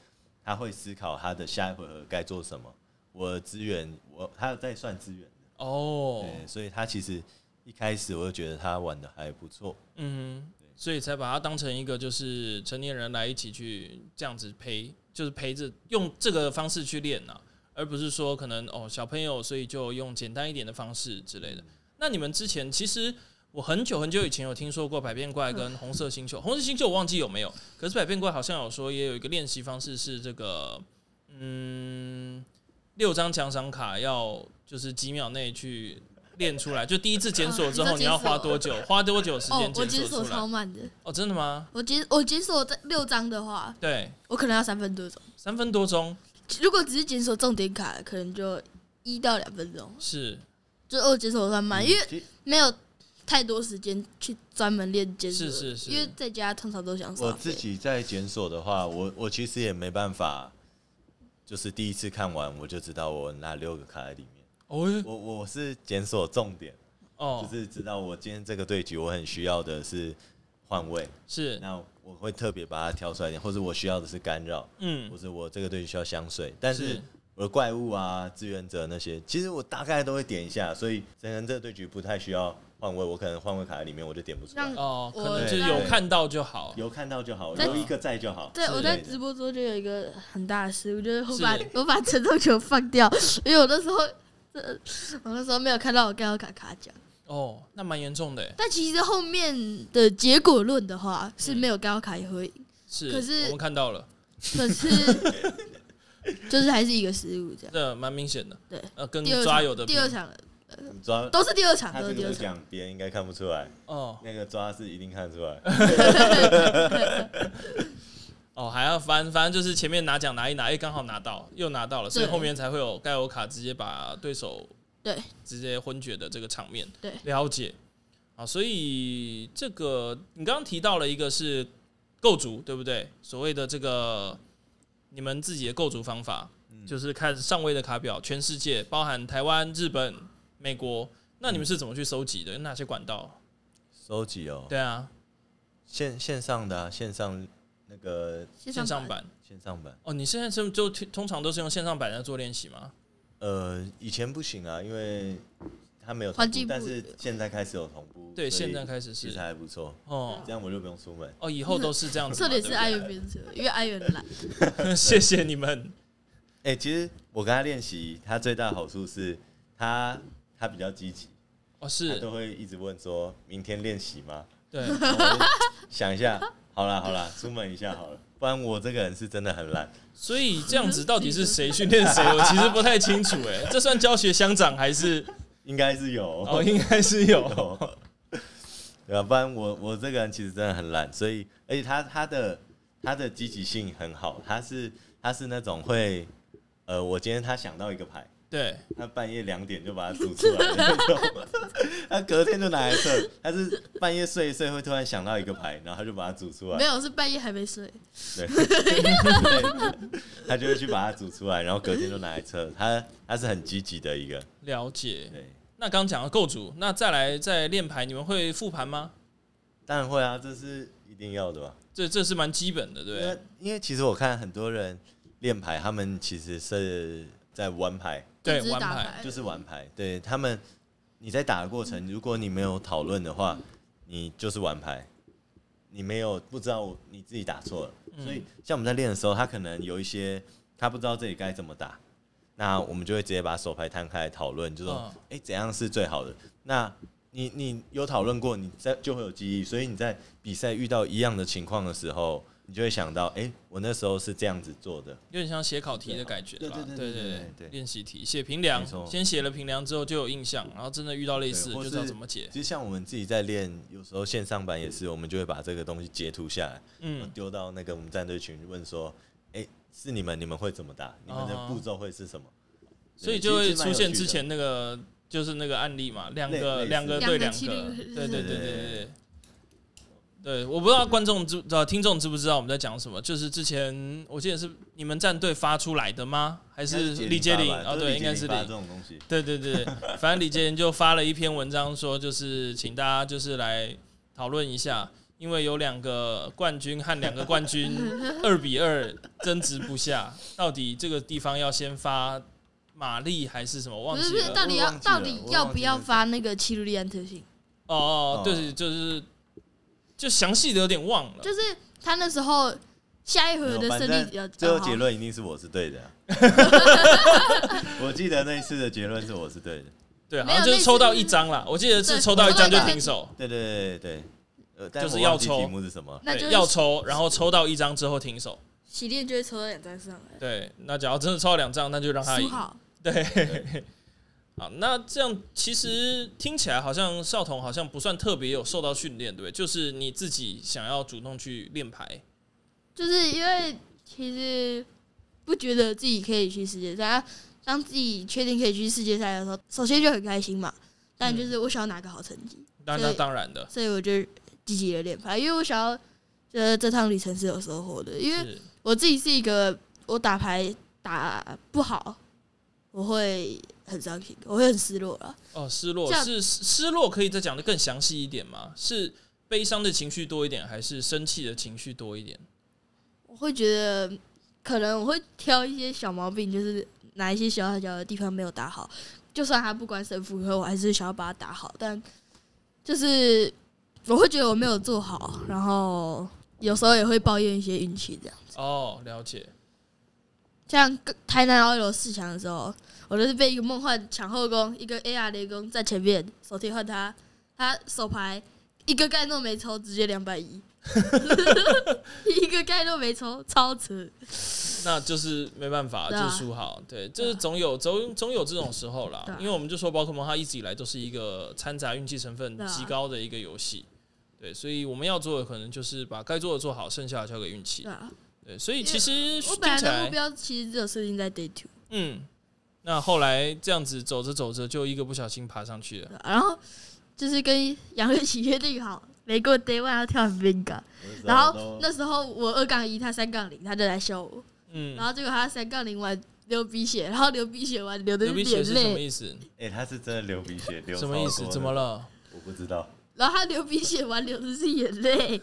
S3: 他会思考他的下一回合该做什么，我的资源，我他有在算资源，
S1: 哦，
S3: 对，所以他其实一开始我就觉得他玩的还不错，
S1: 嗯哼，所以才把它当成一个就是成年人来一起去这样子陪，就是陪着用这个方式去练啊，而不是说可能哦小朋友，所以就用简单一点的方式之类的。那你们之前其实我很久很久以前有听说过百变怪跟红色星球，红色星球我忘记有没有，可是百变怪好像有说也有一个练习方式是这个，嗯，六张奖赏卡要就是几秒内去。练出来，就哦第一次检索之
S2: 啊
S1: 后，
S2: 你说
S1: 你要
S2: 检索
S1: 花多久？花多久时
S2: 哦
S1: 间，
S2: 我
S1: 检
S2: 解
S1: 索
S2: 锁
S1: 出来
S2: 超？慢的，
S1: 哦，真的吗？
S2: 我解我解锁这六张的话，
S1: 对，
S2: 我可能要三分多钟。
S1: 三分多钟，
S2: 如果只是检索重点卡，可能就一到两分钟，
S1: 是
S2: 就哦检索算慢，
S1: 嗯
S2: 因为
S3: 嗯其实
S2: 没有太多时间去专门练检索，
S1: 是是是
S2: 因为在家通常都想耍
S3: 我
S2: 废
S3: 自己在检索的话，我我其实也没办法，就是第一次看完我就知道我哪六个卡在里面。
S1: 哦耶
S3: 我我是检索重点，就
S1: 哦
S3: 是知道我今天这个对局我很需要的是换位，
S1: 是
S3: 那我会特别把它挑出来一点，或者我需要的是干扰，
S1: 嗯
S3: 或者我这个对局需要香水，但
S1: 是
S3: 是。我的怪物啊，志愿者那些，其实我大概都会点一下，所以可能这个对局不太需要换位，我可能换位卡在里面我就点不出来
S2: 让，
S1: 哦，可
S2: 我
S1: 能就是
S3: 在
S1: 有看到就好。
S3: 有看到就好，
S2: 在
S3: 有一个在就好。
S2: 对，
S3: 之
S2: 我在
S3: 类的
S2: 直播桌就有一个很大的失误，就是我
S1: 是
S2: 把我把承重球放掉，因为我那时候，呃我那时候没有看到我盖奥卡卡奖。
S1: 哦，那蛮严重的耶，
S2: 但其实后面的结果论的话是没有盖奥卡也会赢，
S1: 是，
S2: 可是
S1: 我们看到了，
S2: 可是 就是还是一个失误这样。
S1: 这蛮明显的，
S2: 对，
S1: 呃，跟
S2: 第二
S1: 抓有的
S2: 场，
S1: 比
S2: 第二场
S3: 你抓
S2: 都是第二场，
S3: 他
S2: 都
S3: 这
S2: 是第
S3: 个
S2: 二
S3: 都
S2: 场。
S3: 讲，别人应该看不出来。
S1: 哦
S3: 那个抓是一定看得出来。
S1: 哦，还要反反正就是前面拿奖拿一拿，哎，刚好拿到，又拿到了，所以
S2: 对
S1: 后面才会有盖欧卡直接把对手
S2: 对
S1: 直接昏厥的这个场面。
S2: 对
S1: 了解啊，所以这个你刚刚提到了一个是构筑，对不对？所谓的这个你们自己的构筑方法，就是看上位的卡表，全世界包含台湾、日本、美国，那你们是怎么去收集的？有哪些管道？
S3: 收集哦，
S1: 对啊，
S3: 线线上的啊，线上那个
S1: 线上
S2: 版
S1: 版。
S3: 线上版，
S1: 哦，你现在是就通常都是用线上版在做练习吗？
S3: 呃，以前不行啊，因为它没有同
S2: 环
S3: 步
S2: 境，部
S3: 但是现在开始有同步。
S1: 对，
S3: 所以
S1: 现在开始
S3: 其实
S1: 是
S3: 还不错，
S1: 哦
S3: 这样我就不用出门。
S1: 哦，以后都是这样子
S2: 重
S1: 嘛。
S2: 点是艾元编车，因为艾元 懒，
S1: 谢谢你们。
S3: 哎，其实我跟他练习，他最大的好处是他他比较积极，
S1: 哦，
S3: 他
S1: 是
S3: 都会一直问说明天练习 吗？
S1: 对，
S3: 然后我就想一下，好啦好啦，出门一下好了，不然我这个人是真的很懒。
S1: 所以这样子到底是谁训练 谁，我其实不太清楚。哎，这算教学乡长还 是？
S3: 应该是有
S1: 哦，应该是 有。
S3: 有，对啊，不然我我这个人其实真的很懒，所以而且他他的他的积极性很好，他是他是那种会，呃，我今天他想到一个牌，
S1: 对，
S3: 他半夜两点就把它组出来的那种，他隔天就拿来测，他是半夜睡一睡会突然想到一个牌，然后他就把它组出来
S2: 没，有是半夜还没睡，
S3: 对， 对他就会去把它组出来，然后隔天就拿来测，他他是很积极的一个，
S1: 了解。
S3: 对。
S1: 那刚讲到构筑，那再来再练牌，你们会复盘吗？
S3: 当然会啊，这是一定要的吧？
S1: 这这是蛮基本的，对不对
S3: 那因为其实我看很多人练牌，他们其实是在玩牌，
S1: 对
S2: 一直
S1: 玩
S2: 打
S1: 牌嗯
S2: 牌
S3: 就是玩牌。对他们，你在打的过程，如果你没有讨论的话，你就是玩牌，你没有不知道你自己打错了。所
S1: 嗯
S3: 以像我们在练的时候，他可能有一些他不知道这里该怎么打，那我们就会直接把手牌摊开来讨论，就说
S1: 嗯
S3: 哎、诶怎样是最好的？那你你有讨论过，你在就会有记忆，所以你在比赛遇到一样的情况的时候，你就会想到，哎、我那时候是这样子做的。
S1: 有点像写考题的感觉
S3: 对
S1: 吧？
S3: 对对
S1: 对
S3: 对对对对
S1: 练习题写平量
S3: 没，错
S1: 先写了平量之后就有印象，然后真的遇到类似
S3: 对
S1: 就
S3: 或
S1: 知道
S3: 是
S1: 怎么解。
S3: 其实像我们自己在练，有时候线上版也是，我们就会把这个东西截图下来，
S1: 嗯，
S3: 丢到那个我们战队群问说，哎、是你们，你们会怎么打？你们
S1: 啊
S3: 的步骤会是什么？
S1: 所以
S3: 对
S1: 就会
S3: 其实是蛮
S1: 出
S3: 有
S1: 现
S3: 趣
S1: 之
S3: 的
S1: 前那个就是那个案例嘛，两
S3: 类类
S1: 个
S3: 似
S1: 两个对两
S2: 两个
S1: 个，
S2: 七零
S1: 对对对对
S3: 对
S1: 对
S3: 对
S1: 对。对，我不知道观众知呃听众知不知道我们在讲什么，就是之前我记得是你们战队发出来的吗？还是李杰林
S3: 吧
S1: 啊？
S3: 都
S1: 对，
S3: 李
S1: 应
S3: 杰
S1: 该
S3: 林
S1: 是哦
S3: 发
S1: 林
S3: 这。种东西。
S1: 对对对，对反正李杰林就发了一篇文章说，就是请大家就是来讨论一下，因为有两个冠军和两个冠军二比二争执不下，到底这个地方要先发玛丽还是什么？
S2: 不
S1: 忘
S2: 是
S1: 记
S2: 不是，
S1: 了。
S2: 到底
S3: 我
S2: 要
S3: 忘记了
S2: 到底
S3: 我
S2: 要
S3: 忘
S2: 不
S3: 记
S2: 要
S3: 了
S2: 发那个七路利安特性？
S1: 哦哦，
S3: 哦
S1: 对，就是就详细的有点忘了，
S2: 就是他那时候下一回合的
S3: 嗯反
S2: 胜利要
S3: 正最后结论一定是我是对 的啊、我记得那一次的结论是我是对的。
S1: 对，啊好
S2: 没有
S1: 像就是
S2: 那次
S1: 抽到一张啦，我记得是抽到一张就平手，
S3: 对对对对对，呃，但
S1: 就是
S3: 我
S1: 要
S3: 忘记
S1: 抽
S3: 题目是什么？
S2: 那
S1: 对
S2: 就是
S1: 要抽，然后抽到一张之后停手，
S2: 洗练就会抽到两张上来，
S1: 对，那假如真的抽到两张，那就让他
S2: 输
S1: 赢，
S2: 好
S1: 对。好，那这样其实听起来好像少彤好像不算特别有受到训练，对不对？就是你自己想要主动去练牌，
S2: 就是因为其实不觉得自己可以去世界赛，啊当自己确定可以去世界赛的时候，首先就很开心嘛。但就是我想要拿个好成绩，
S1: 当
S2: 所
S1: 那
S2: 以
S1: 当然的，
S2: 所以我就积极的练牌，因为我想要这这趟旅程是有收获的。因为
S1: 是
S2: 我自己是一个，我打牌打不好，我会很伤心，我会很失落啊了。
S1: 哦，失落
S2: 这样
S1: 是失失落，可以再讲的更详细一点吗？是悲伤的情绪多一点，还是生气的情绪多一点？
S2: 我会觉得，可能我会挑一些小毛病，就是哪一些小小的地方没有打好，就算他不关胜负，可我还是想要把它打好。但就是我会觉得我没有做好，然后有时候也会抱怨一些运气这样。
S1: 哦，了解，
S2: 像台南啊奥楼四强的时候，我就是被一个梦幻抢后攻，一个 AR 雷公在前面手贴换他，他手牌一个盖诺没抽，直接两百一， 一个盖诺没抽，超扯。
S1: 那就是没办法，
S2: 对
S1: 就
S2: 啊
S1: 是输好，对，就是总有总总有这种时候啦
S2: 对。啊
S1: 因为我们就说宝可梦它一直以来都是一个掺杂运气成分
S2: 对啊
S1: 极高的一个游戏，对，所以我们要做的可能就是把该做的做好，剩下的交给运气
S2: 对。啊，
S1: 对，所以其实
S2: 我
S1: 听
S2: 本来
S1: 起
S2: 的
S1: 来
S2: 目，标其实只有设定在 day two，
S1: 嗯，那后来这样子走着走着，就一个不小心爬上去了。
S2: 对啊然后就是跟杨瑞琪约定好，没过 day one 要跳 f i n g 然后那时候我二杠一，他三杠零，他就来笑我，
S1: 嗯
S2: 然，后结果他三杠零完流鼻血，然后流鼻血完流的
S1: 流鼻
S2: 是
S1: 血
S2: 眼
S1: 是什么
S2: 泪，
S1: 意思？
S3: 哎、欸他是真的流鼻血，流
S1: 什么意
S3: 超
S1: 思？
S3: 多
S1: 怎么
S3: 的？
S1: 了？
S3: 我不知道，
S2: 然后他流鼻血完流的是眼泪，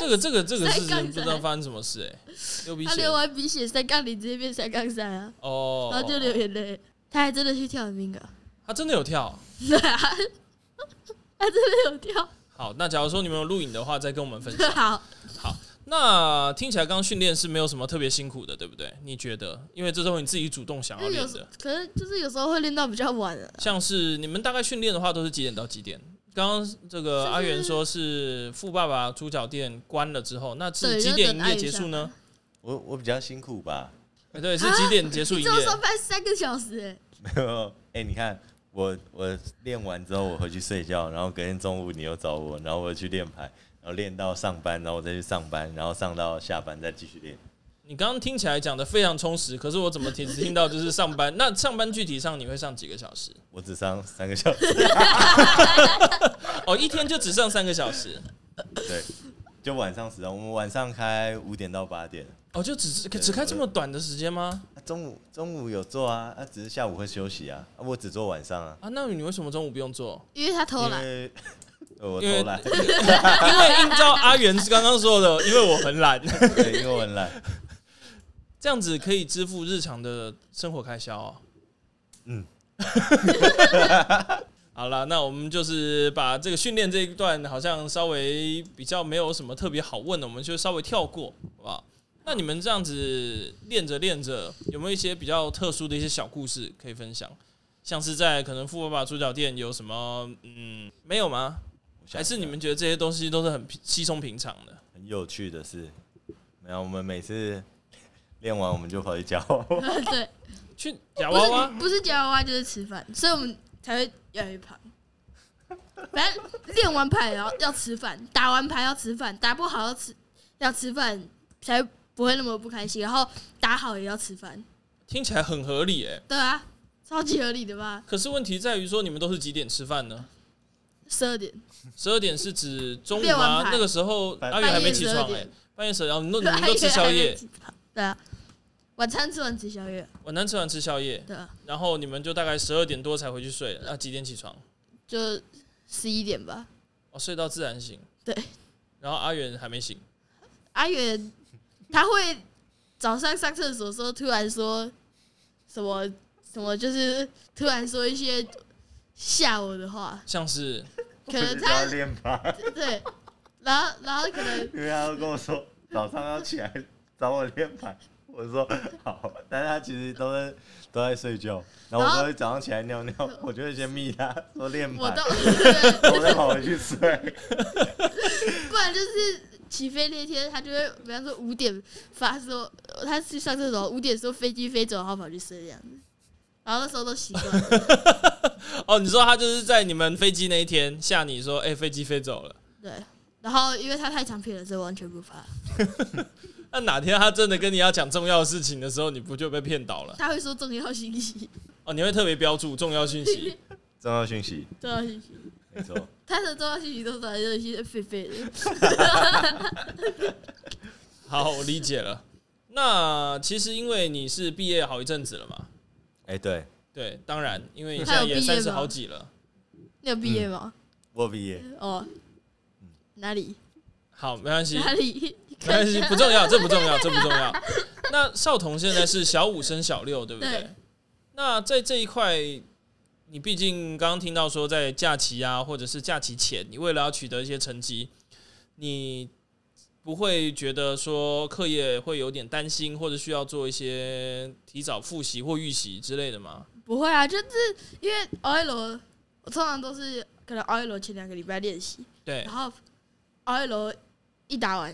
S1: 这个这个这个
S2: 三
S1: 事
S2: 杠
S1: 情不知道
S2: 三
S1: 发生什么事哎、流鼻
S2: 他
S1: 血
S2: 流完鼻血三杠零直接变三杠三啊，
S1: 哦，
S2: 然后就流眼泪，他还真的去跳 f i n g
S1: 他真的有跳。
S2: 对啊， 他真的有跳，
S1: 好，那假如说你们有录影的话，再跟我们分 享。
S2: 好，
S1: 那听起来刚刚训练是没有什么特别辛苦的，对不对？你觉得？因为这时候你自己主动想要
S2: 嗯因为有
S1: 练
S2: 时
S1: 的，
S2: 可是就是有时候会练到比较晚啊。
S1: 像是你们大概训练的话，都是几点到几点？刚刚这个
S2: 就是
S1: 阿元说是富爸爸猪脚店关了之后，那是
S2: 对
S1: 几
S2: 就
S1: 点
S2: 等
S1: 营
S2: 阿
S1: 业
S2: 元
S1: 结
S2: 下
S1: 束呢？
S3: 我我比较辛苦吧。
S1: 哎对，是几点结束
S2: 你
S1: 营
S2: 周
S1: 业？
S2: 上班三个小时、欸，
S3: 没有， 哎、你看我我练完之后我回去睡觉，然后隔天中午你又找我，然后我又去练牌，然后练到上班，然后我再去上班，然后上到下班再继续练。
S1: 你刚刚听起来讲的非常充实，可是我怎么听只听到就是上班？那上班具体上你会上几个小时？
S3: 我只上三个小时，
S1: 哦，一天就只上三个小时，
S3: 对，就晚上时段，我们晚上开五点到八点。
S1: 哦，就只是只开这么短的时间吗？
S3: 啊、中午中午有做啊，啊，只是下午会休息啊，啊我只做晚上啊，
S1: 啊，那你为什么中午不用做？
S2: 因为他偷
S3: 因
S2: 懒，
S3: 为呃我
S1: 因为
S3: 偷 懒，
S1: 因为依照阿元刚刚说的，因为我很懒，
S3: 对，因为我很懒，
S1: 这样子可以支付日常的生活开销、哦。
S3: 嗯，
S1: 好了，那我们就是把这个训练这一段好像稍微比较没有什么特别好问的，我们就稍微跳过，好不好？那你们这样子练着练着，有没有一些比较特殊的一些小故事可以分享？像是在可能富爸爸猪脚店有什么？嗯，没有吗？ 还是你们觉得这些东西都是很平稀松平常的？
S3: 很有趣的是，没有，我们每次 练完我们就跑去教，
S2: 对，
S1: 去夹
S2: 不
S1: 娃娃
S2: 是不是夹娃娃就是吃饭，所以我们才会越来越胖。反正练完牌然后要吃饭，打完牌要吃饭，打不好要吃要吃饭，才不会那么不开心。然后打好也要吃饭，
S1: 听起来很合理诶、
S2: 对啊，超级合理的吧？
S1: 可是问题在于说，你们都是几点吃饭呢？
S2: 十二点，
S1: 十二点是指中午
S2: 练完
S1: 吗？
S2: 牌
S1: 那个时候
S3: 半
S1: 阿元还没起
S2: 半夜
S1: 床
S2: 12
S1: 哎、
S2: 点
S1: 半夜十二，然后 你们都你们都吃宵夜，，
S2: 对啊，晚餐吃完吃宵夜，
S1: 晚餐吃完吃宵夜，
S2: 对啊，
S1: 然后你们就大概十二点多才回去睡，那几点起床？
S2: 就十一点吧。
S1: 哦，睡到自然醒。
S2: 对。
S1: 然后阿元还没醒，
S2: 阿远他会早上上厕所的时候突然说什么什么，就是突然说一些吓我的话，
S1: 像是
S2: 可能啊
S3: 不是要
S2: 他
S3: 练吧，
S2: 对，然后然后可能
S3: 因为他都跟我说早上要起来找我练牌，我说好，但是他其实都在都在睡觉，然后
S2: 然
S3: 我
S2: 后
S3: 都会早上起来尿尿，我就会先密他说练
S2: 我
S3: 牌，
S2: 到，
S3: 然后我再跑回去睡，
S2: 不然就是起飞那天他就会，比方说五点发说他去上厕所，五点说飞机飞走，然后跑去睡这样子，然后那时候都习惯了，
S1: 哦，你说他就是在你们飞机那一天吓你说，哎、飞机飞走了。
S2: 对，然后因为他太常骗了，所以完全不怕。
S1: 那哪天他真的跟你要讲重要的事情的时候，你不就被骗倒了？
S2: 他会说重要信息，
S1: 哦，你会特别标注重要讯息，
S3: 重要讯息，
S2: 重要信息，
S3: 没错。
S2: 他的重要信息都是来自一些废 废的。
S1: 好，我理解了。那其实因为你是毕业好一阵子了嘛，
S3: 哎、对
S1: 对，当然，因为你现
S2: 他有
S1: 在也
S2: 毕业
S1: 三十
S2: 吗
S1: 好几了。
S2: 你有毕业吗？
S3: 我毕
S1: 嗯
S3: 业，
S2: 哦，哪里
S1: 好，没关系，
S2: 哪里？
S1: 嗯 没关系，不重要，这不重要，这不重要。那少彤现在是小五升小六，对不对？
S2: 对
S1: 那在这一块，你毕竟刚刚听到说，在假期啊，或者是假期前，你为了要取得一些成绩，你不会觉得说课业会有点担心，或者需要做一些提早复习或预习之类的吗？
S2: 不会啊，就是因为 O L，我通常都是可能 O L 前两个礼拜练习，
S1: 对
S2: 然，后 O L 一打完，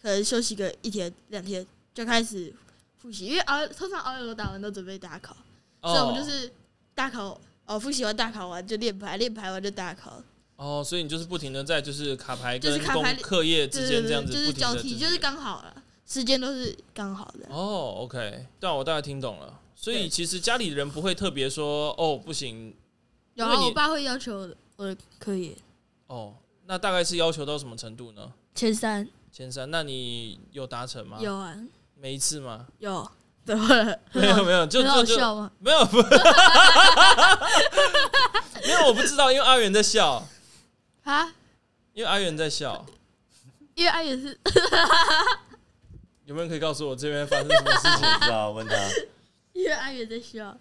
S2: 可能休息个一天两天就开始复习，因为 O 通常 O L 打完都准备打考，
S1: 哦
S2: 所以我们就是大考哦，复习完大考完就练牌，练牌完就大考，
S1: 哦，所以你就是不停的在就是卡牌
S2: 就是
S1: 跟
S2: 卡
S1: 功
S2: 牌
S1: 课业之
S2: 对对
S1: 间这样
S2: 对，
S1: 子
S2: 就是
S1: 不停
S2: 交
S1: 的
S2: 替，就是刚好了，时间都是刚好的。
S1: 哦，OK，但我大概听懂了。所以
S2: 对
S1: 其实家里人不会特别说哦不行
S2: 然
S1: 因为
S2: 后
S1: 你
S2: 我爸会要求我的科研
S1: 哦，那大概是要求到什么程度呢？
S2: 前三
S1: 先生，那你有达成吗？
S2: 有啊
S1: 每一次吗？
S2: 有，怎么了？
S1: 没有没有，就
S2: 很好
S1: 就就
S2: 笑啊吗？
S1: 没有 不，没有我不知道，因为阿元在笑，
S2: 啊，
S1: 因为阿元在笑。
S2: 因为爱也是
S1: 有没有人可以告诉我这边发生什么事情？
S3: 不知道问他。
S2: 因为爱也在笑，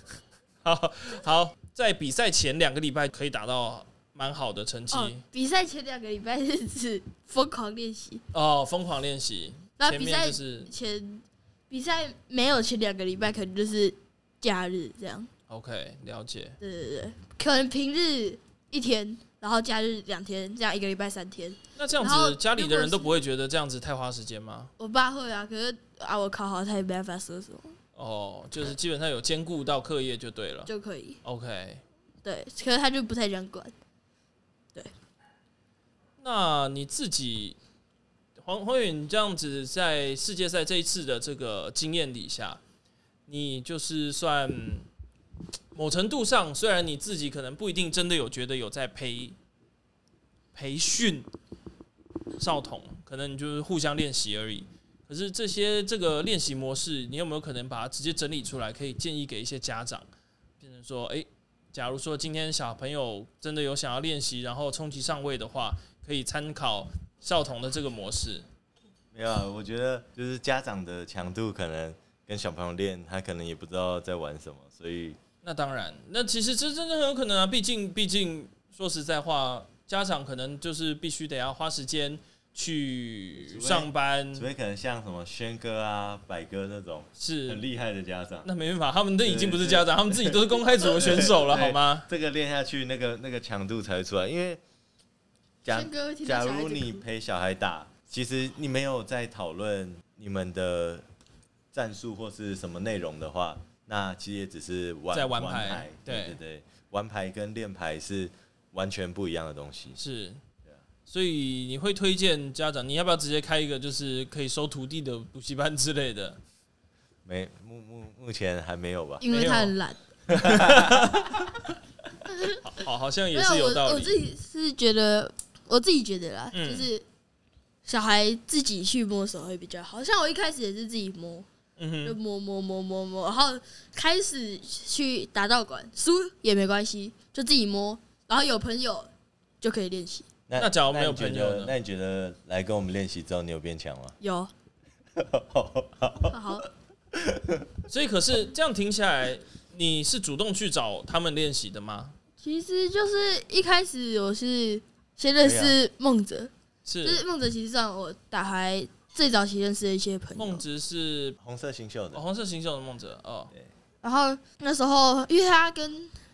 S1: 好好，在比赛前两个礼拜可以达到蛮好的成绩
S2: 哦，比赛前两个礼拜是指疯狂练习，
S1: 哦，疯狂练习。
S2: 然后
S1: 前
S2: 比
S1: 面
S2: 赛
S1: 就是
S2: 前比赛没有前两个礼拜，可能就是假日这样，
S1: OK，了解。
S2: 对对对，可能平日一天，然后假日两天，这样一个礼拜三天。
S1: 那这样
S2: 然后
S1: 子，家里的人都
S2: 如果是
S1: 不会觉得这样子太花时间吗？
S2: 我爸会啊，可是啊，我考好他也没办法说什么
S1: 哦，就是基本上有兼顾到课业就对了。
S2: 就可以，
S1: OK，
S2: 对，可是他就不太想管。
S1: 那你自己，黄黄远这样子在世界赛这一次的这个经验底下，你就是算某程度上，虽然你自己可能不一定真的有觉得有在培培训少统，可能你就是互相练习而已。可是这些这个练习模式，你有没有可能把它直接整理出来，可以建议给一些家长，变成说，诶、假如说今天小朋友真的有想要练习，然后冲击上位的话，可以参考少童的这个模式。
S3: 没有、啊，我觉得就是家长的强度可能跟小朋友练，他可能也不知道在玩什么，所以
S1: 那当然，那其实这真的很有可能啊，毕竟毕竟说实在话，家长可能就是必须得要花时间去上班，
S3: 除非可能像什么轩哥啊、百哥那种很
S1: 是
S3: 厉害的家长，
S1: 那没办法，他们都已经不是
S3: 对对
S1: 家长，他们自己都是公开组的选手了，
S3: 对
S1: 好吗？
S3: 这个练下去，那个那个强度才会出来。因为假
S2: 轩哥会听到
S3: 假
S2: 小孩
S3: 如
S2: 子
S3: 你
S2: 哭
S3: 陪小孩打，其实你没有在讨论你们的战术或是什么内容的话，那其实也只是玩
S1: 在玩牌
S3: 玩牌，
S1: 对
S3: 对对对，玩牌跟练牌是完全不一样的东西。
S1: 是
S3: 对啊。
S1: 所以你会推荐家长，你要不要直接开一个就是可以收徒弟的补习班之类的？
S3: 没目目目前还没有吧？
S2: 因为他很懒。
S1: 好，好像也
S2: 没
S1: 是
S2: 有，
S1: 有道
S2: 我我
S1: 理。
S2: 自己是觉得，我自己觉得啦，
S1: 嗯
S2: 就是小孩自己去摸手会比较好。像我一开始也是自己摸，
S1: 嗯
S2: 就
S1: 哼，
S2: 摸摸摸摸摸，然后开始去打道馆，输也没关系，就自己摸，然后有朋友就可以练习。
S3: 那
S1: 那假如没有
S3: 你觉
S1: 朋友
S3: 得
S1: 呢
S3: 那你觉得来跟我们练习之后，你有变强吗？
S2: 有，好，
S1: 所以可是这样听下来，你是主动去找他们练习的吗？
S2: 其实就是一开始我是先认识梦哲，就是
S1: 啊是
S2: 梦哲其实算我打牌最早期认识的一些朋友。
S1: 梦直是、
S3: 红色新秀的
S1: 哦、，黄色星宿的梦哲哦，
S2: 然后那时候，因为他跟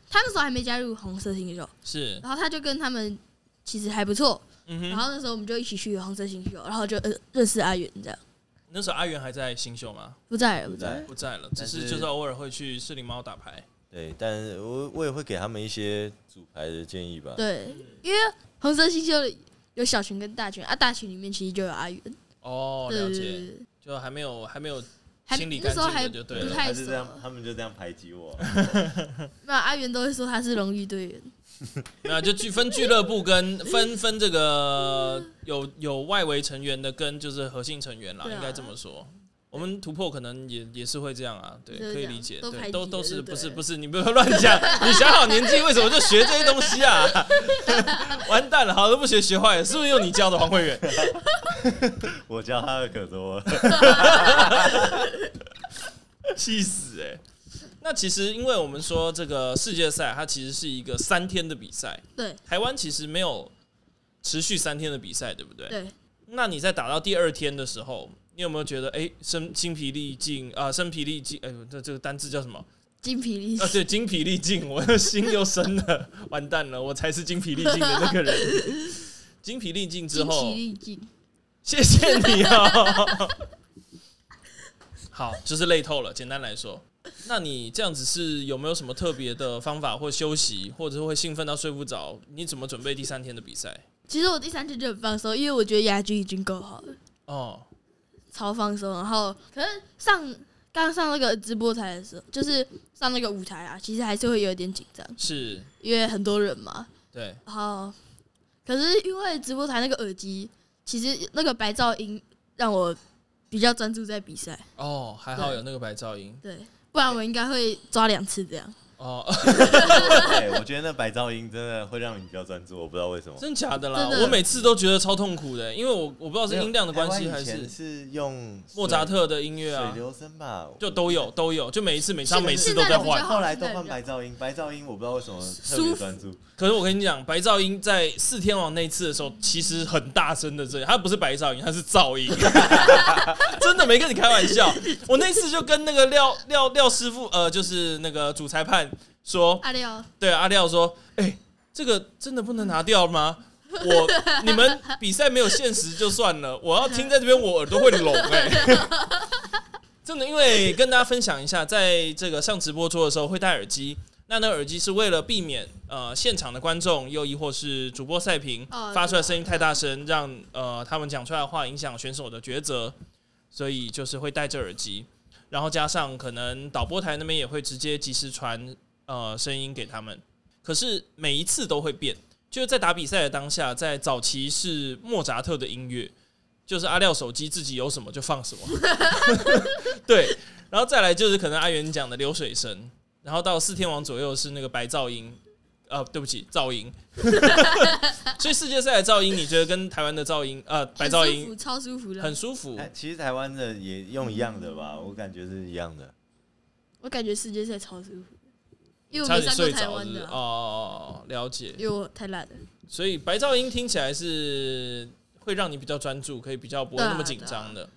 S2: 他那时候还没加入红色星球，
S1: 是，
S2: 然后他就跟他们其实还不错。
S1: 嗯
S2: 然
S1: 哼。
S2: 后那时候我们就一起去红色星球，然后就、呃、认识阿元这样。
S1: 那时候阿元还在新秀吗？
S2: 不在了，
S3: 不
S2: 不
S3: 在
S2: 在了。
S1: 不在了，只
S3: 但
S1: 是
S3: 是
S1: 就是偶尔会去士林猫打牌。
S3: 对，但是我我也会给他们一些组牌的建议吧。
S2: 对，因为红色星球有小群跟大群啊，大群里面其实就有阿元，
S1: 哦，
S2: 对
S1: 了
S2: 对对
S1: 解，
S2: 对，
S1: 就还没有还没有
S2: 还
S1: 心里
S2: 那
S1: 干
S2: 时候
S1: 净
S2: 还
S1: 的就
S2: 不
S1: 对了。
S2: 太
S3: 他是
S2: 熟
S3: 这，样，他们就这样排挤 我。
S2: 没有阿元都会说他是荣誉队员，
S1: 没有，就俱分俱乐部跟分分这个有有外围成员的跟就是核心成员啦，
S2: 对啊
S1: 应该这么说。我们突破可能也也是会这样啊，对，
S2: 都是
S1: 可以
S2: 这样
S1: 理解，
S2: 都排
S1: 对，
S2: 挤
S1: 都
S2: 的
S1: 都
S2: 就是对
S1: 不是
S2: 了
S1: 不是，你不要乱讲， 你想好年纪为什么就学这些东西啊？ 完蛋了，好都不学学坏了，是不是又你教的黄慧远？
S3: 我教他的可多了。
S1: 气死哎、那其实因为我们说这个世界赛，它其实是一个三天的比赛，
S2: 对
S1: 台湾其实没有持续三天的比赛，对不对？
S2: 对，
S1: 那你在打到第二天的时候，你有没有觉得哎、诶身精疲力尽啊、身疲力尽？哎、呦，这这个单字叫什么？
S2: 精疲力
S1: 啊，
S2: 尽。
S1: 对，精疲力尽， 我的心又生了，完蛋了，我才是精疲力尽的那个 人。精疲力尽之
S2: 精疲
S1: 后，
S2: 力尽，
S1: 谢谢你哦。 好，就是累透了。简单来说，那你这样子是有没有什么特别的方法或休息，或者是会兴奋到睡不着？你怎么准备第三天的比赛？
S2: 其实我第三天就很放松，因为我觉得亚军已经够好了，
S1: 哦，
S2: 超放松。然后可是上刚上那个直播台的时候，就是上那个舞台啊，其实还是会有一点紧张，
S1: 是，
S2: 因为很多人嘛。
S1: 对，
S2: 然后可是因为直播台那个耳机，其实那个白噪音让我比较专注在比赛，
S1: 哦，还好
S2: 对
S1: 有那个白噪音。
S2: 对，不然我应该会抓两次这样。
S1: 哦，
S3: 对，我觉得那白噪音真的会让你比较专注，我不知道为什么。
S1: 真假的啦
S2: 真的
S1: 我每次都觉得超痛苦的，因为我我不知道是音量的关系
S3: 台湾
S1: 还
S3: 以前
S1: 是
S3: 是用水
S1: 莫扎特的音乐
S3: 水
S1: 啊，
S3: 流声吧，
S1: 就都有都有，就每一次每场
S2: 现在
S1: 每次都在
S2: 现在的
S1: 换
S2: 比。较
S3: 后来都换白噪音，白噪音我不知道为什么特别专注，
S1: 可是我跟你讲，白噪音在四天王那一次的时候，其实很大声的这样，它不是白噪音，它是噪音， 真的没跟你开玩笑。我那次就跟那个廖廖廖师傅，呃，就是那个主裁判说，
S2: 阿廖，
S1: 对阿廖说：“哎、这个真的不能拿掉吗？我你们比赛没有限时就算了，我要听在这边，我耳朵会聋哎、 真的，因为跟大家分享一下，在这个上直播桌的时候会戴耳机，那那耳机是为了避免呃现场的观众又亦或是主播赛评
S2: 哦
S1: 发出来声音太大声，让呃他们讲出来的话影响选手的抉择，所以就是会戴着耳机，然后加上可能导播台那边也会直接及时传呃声音给他们。可是每一次都会变，就是在打比赛的当下，在早期是莫扎特的音乐，就是阿廖手机自己有什么就放什么， 对，然后再来就是可能阿元讲的流水声，然后到四天王左右是那个白噪音，呃，对不起，噪音。 所以世界赛的噪音，你觉得跟台湾的噪音，呃，白噪
S2: 很舒
S1: 音
S2: 服超舒服的
S1: 很，舒服
S3: 哎，其实台湾的也用一样的吧，我感觉是一样的。
S2: 我感觉世界赛超舒服，因为我
S1: 差
S2: 没
S1: 点
S2: 上过
S1: 睡
S2: 台
S1: 着，
S2: 湾
S1: 是不是
S2: 的
S1: 哦
S2: 啊、
S1: 哦哦，了解。
S2: 因为我太烂了。
S1: 所以白噪音听起来是会让你比较专注，可以比较不会那么紧张
S2: 啊
S1: 的。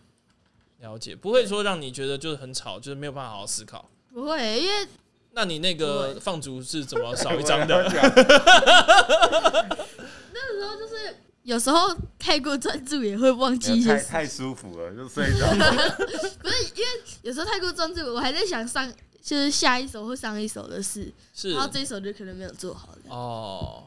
S1: 了解，不会说让你觉得就是很吵，就是没有办法好好思考。
S2: 不会，因为
S1: 那你那个
S2: 不会
S1: 放逐是怎么哦少一张 的？
S2: 那时候就是有时候太过专注也会忘记一些
S3: 太
S2: 事，
S3: 太舒服了，就睡着。
S2: 不是因为有时候太过专注，我还在想上就是下一首或上一首的事，
S1: 是
S2: 然后这一首就可能没有做好了。
S1: 哦，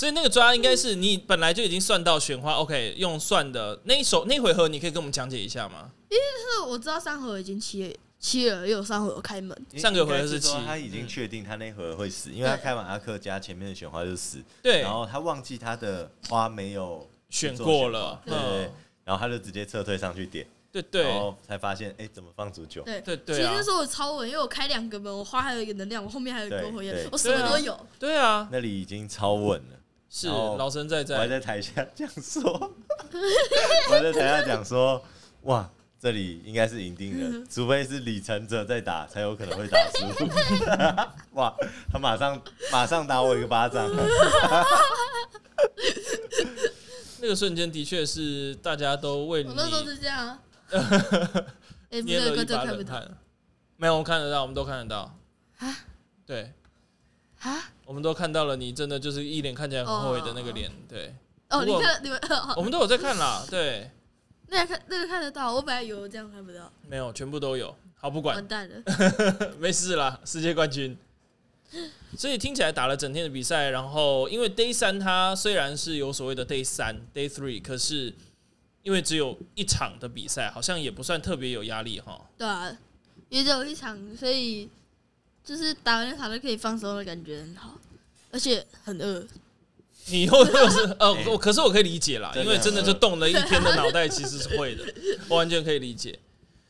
S1: 所以那个抓应该是你本来就已经算到选花，OK，用算的那一首那一回合，你可以跟我们讲解一下吗？
S2: 就是我知道上回我已经七了七了，因为我上回有开门，
S1: 上个回合是
S3: 应该说
S1: 七
S3: 他已经
S1: 嗯
S3: 确定他那回合会死，因为他开完阿克加前面的选花就死，
S1: 对
S3: 然，后他忘记他的花没有
S1: 选过了，
S3: 对对对
S1: 嗯，
S3: 然后他就直接撤退上去点，
S1: 对
S3: 然
S1: 对
S3: 后才发现哎，怎么放足球？
S2: 对
S1: 对
S2: 其实
S1: 对啊
S2: 那，时候我超稳，因为我开两个门，我花还有一个能量，我后面还有一个
S3: 对
S2: 火
S3: 对
S2: 焰，我什么都有。
S1: 对啊，
S3: 那里已经超稳了。
S1: 是
S3: 然后
S1: 老神在
S3: 我还
S1: 在，
S3: 在台下讲说， 我还在台下讲说，哇，这里应该是赢定
S1: 嗯
S3: 人，除非是李承哲在打，才有可能会打输。 哇，他马上马上打我一个 巴掌，
S1: 那个瞬间的确是大家都为你
S2: 我那时候是这 样啊。哎，不
S1: 捏
S2: 对，
S1: 了一
S2: 观众
S1: 把
S2: 看不
S1: 冷
S2: 到
S1: 汗。没有，我们看得到，我们都看得到。对，
S2: 啊！
S1: 我们都看到了，你真的就是一脸看起来很后悔的那个
S2: 哦
S1: 脸。对，
S2: 哦，
S1: 如
S2: 你
S1: 果
S2: 看你们，哦
S1: 我们都有在看啦。对，
S2: 那个看那个看得到，我本来以为我这样看不到，
S1: 没有，全部都有。好，不管
S2: 完，蛋了。
S1: 没事啦， 世界冠军。所以听起来打了整天的比赛，然后因为 Day 三它虽然是有所谓的 Day 三、Day three，可是因为只有一场的比赛，好像也不算特别有压力哈。
S2: 对啊，也只有一场，所以就是打完那场就可以放松的感觉很好，而且很饿。
S1: 你以后 又是呃，
S3: 哎
S1: 我可是我可以理解啦，
S3: 真
S1: 因
S3: 的
S1: 为真的就动了一天的脑袋，其实是 会的，我完全可以理解。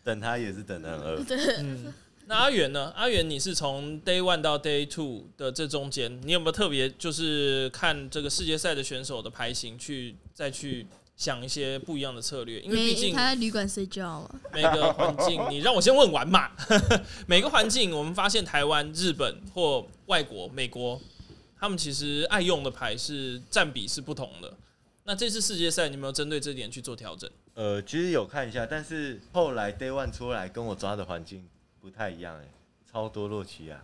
S3: 等他也是等的很饿。
S1: 嗯，那阿元呢？阿元，你是从 Day One 到 Day Two 的这中间，你有没有特别就是看这个世界赛的选手的排型去再去想一些不一样的策略？因为毕
S2: 没
S1: 竟
S2: 他在旅馆睡觉啊嘛，
S1: 每个环境，你让我先问完嘛。 每个环境，我们发现台湾、日本或外国、美国，他们其实爱用的牌是占比是不同的。那这次世界赛，你有没有针对这点去做调整？
S3: 呃，其实有看一下，但是后来 Day One 出来跟我抓的环境不太一样、哎，超多洛奇亚，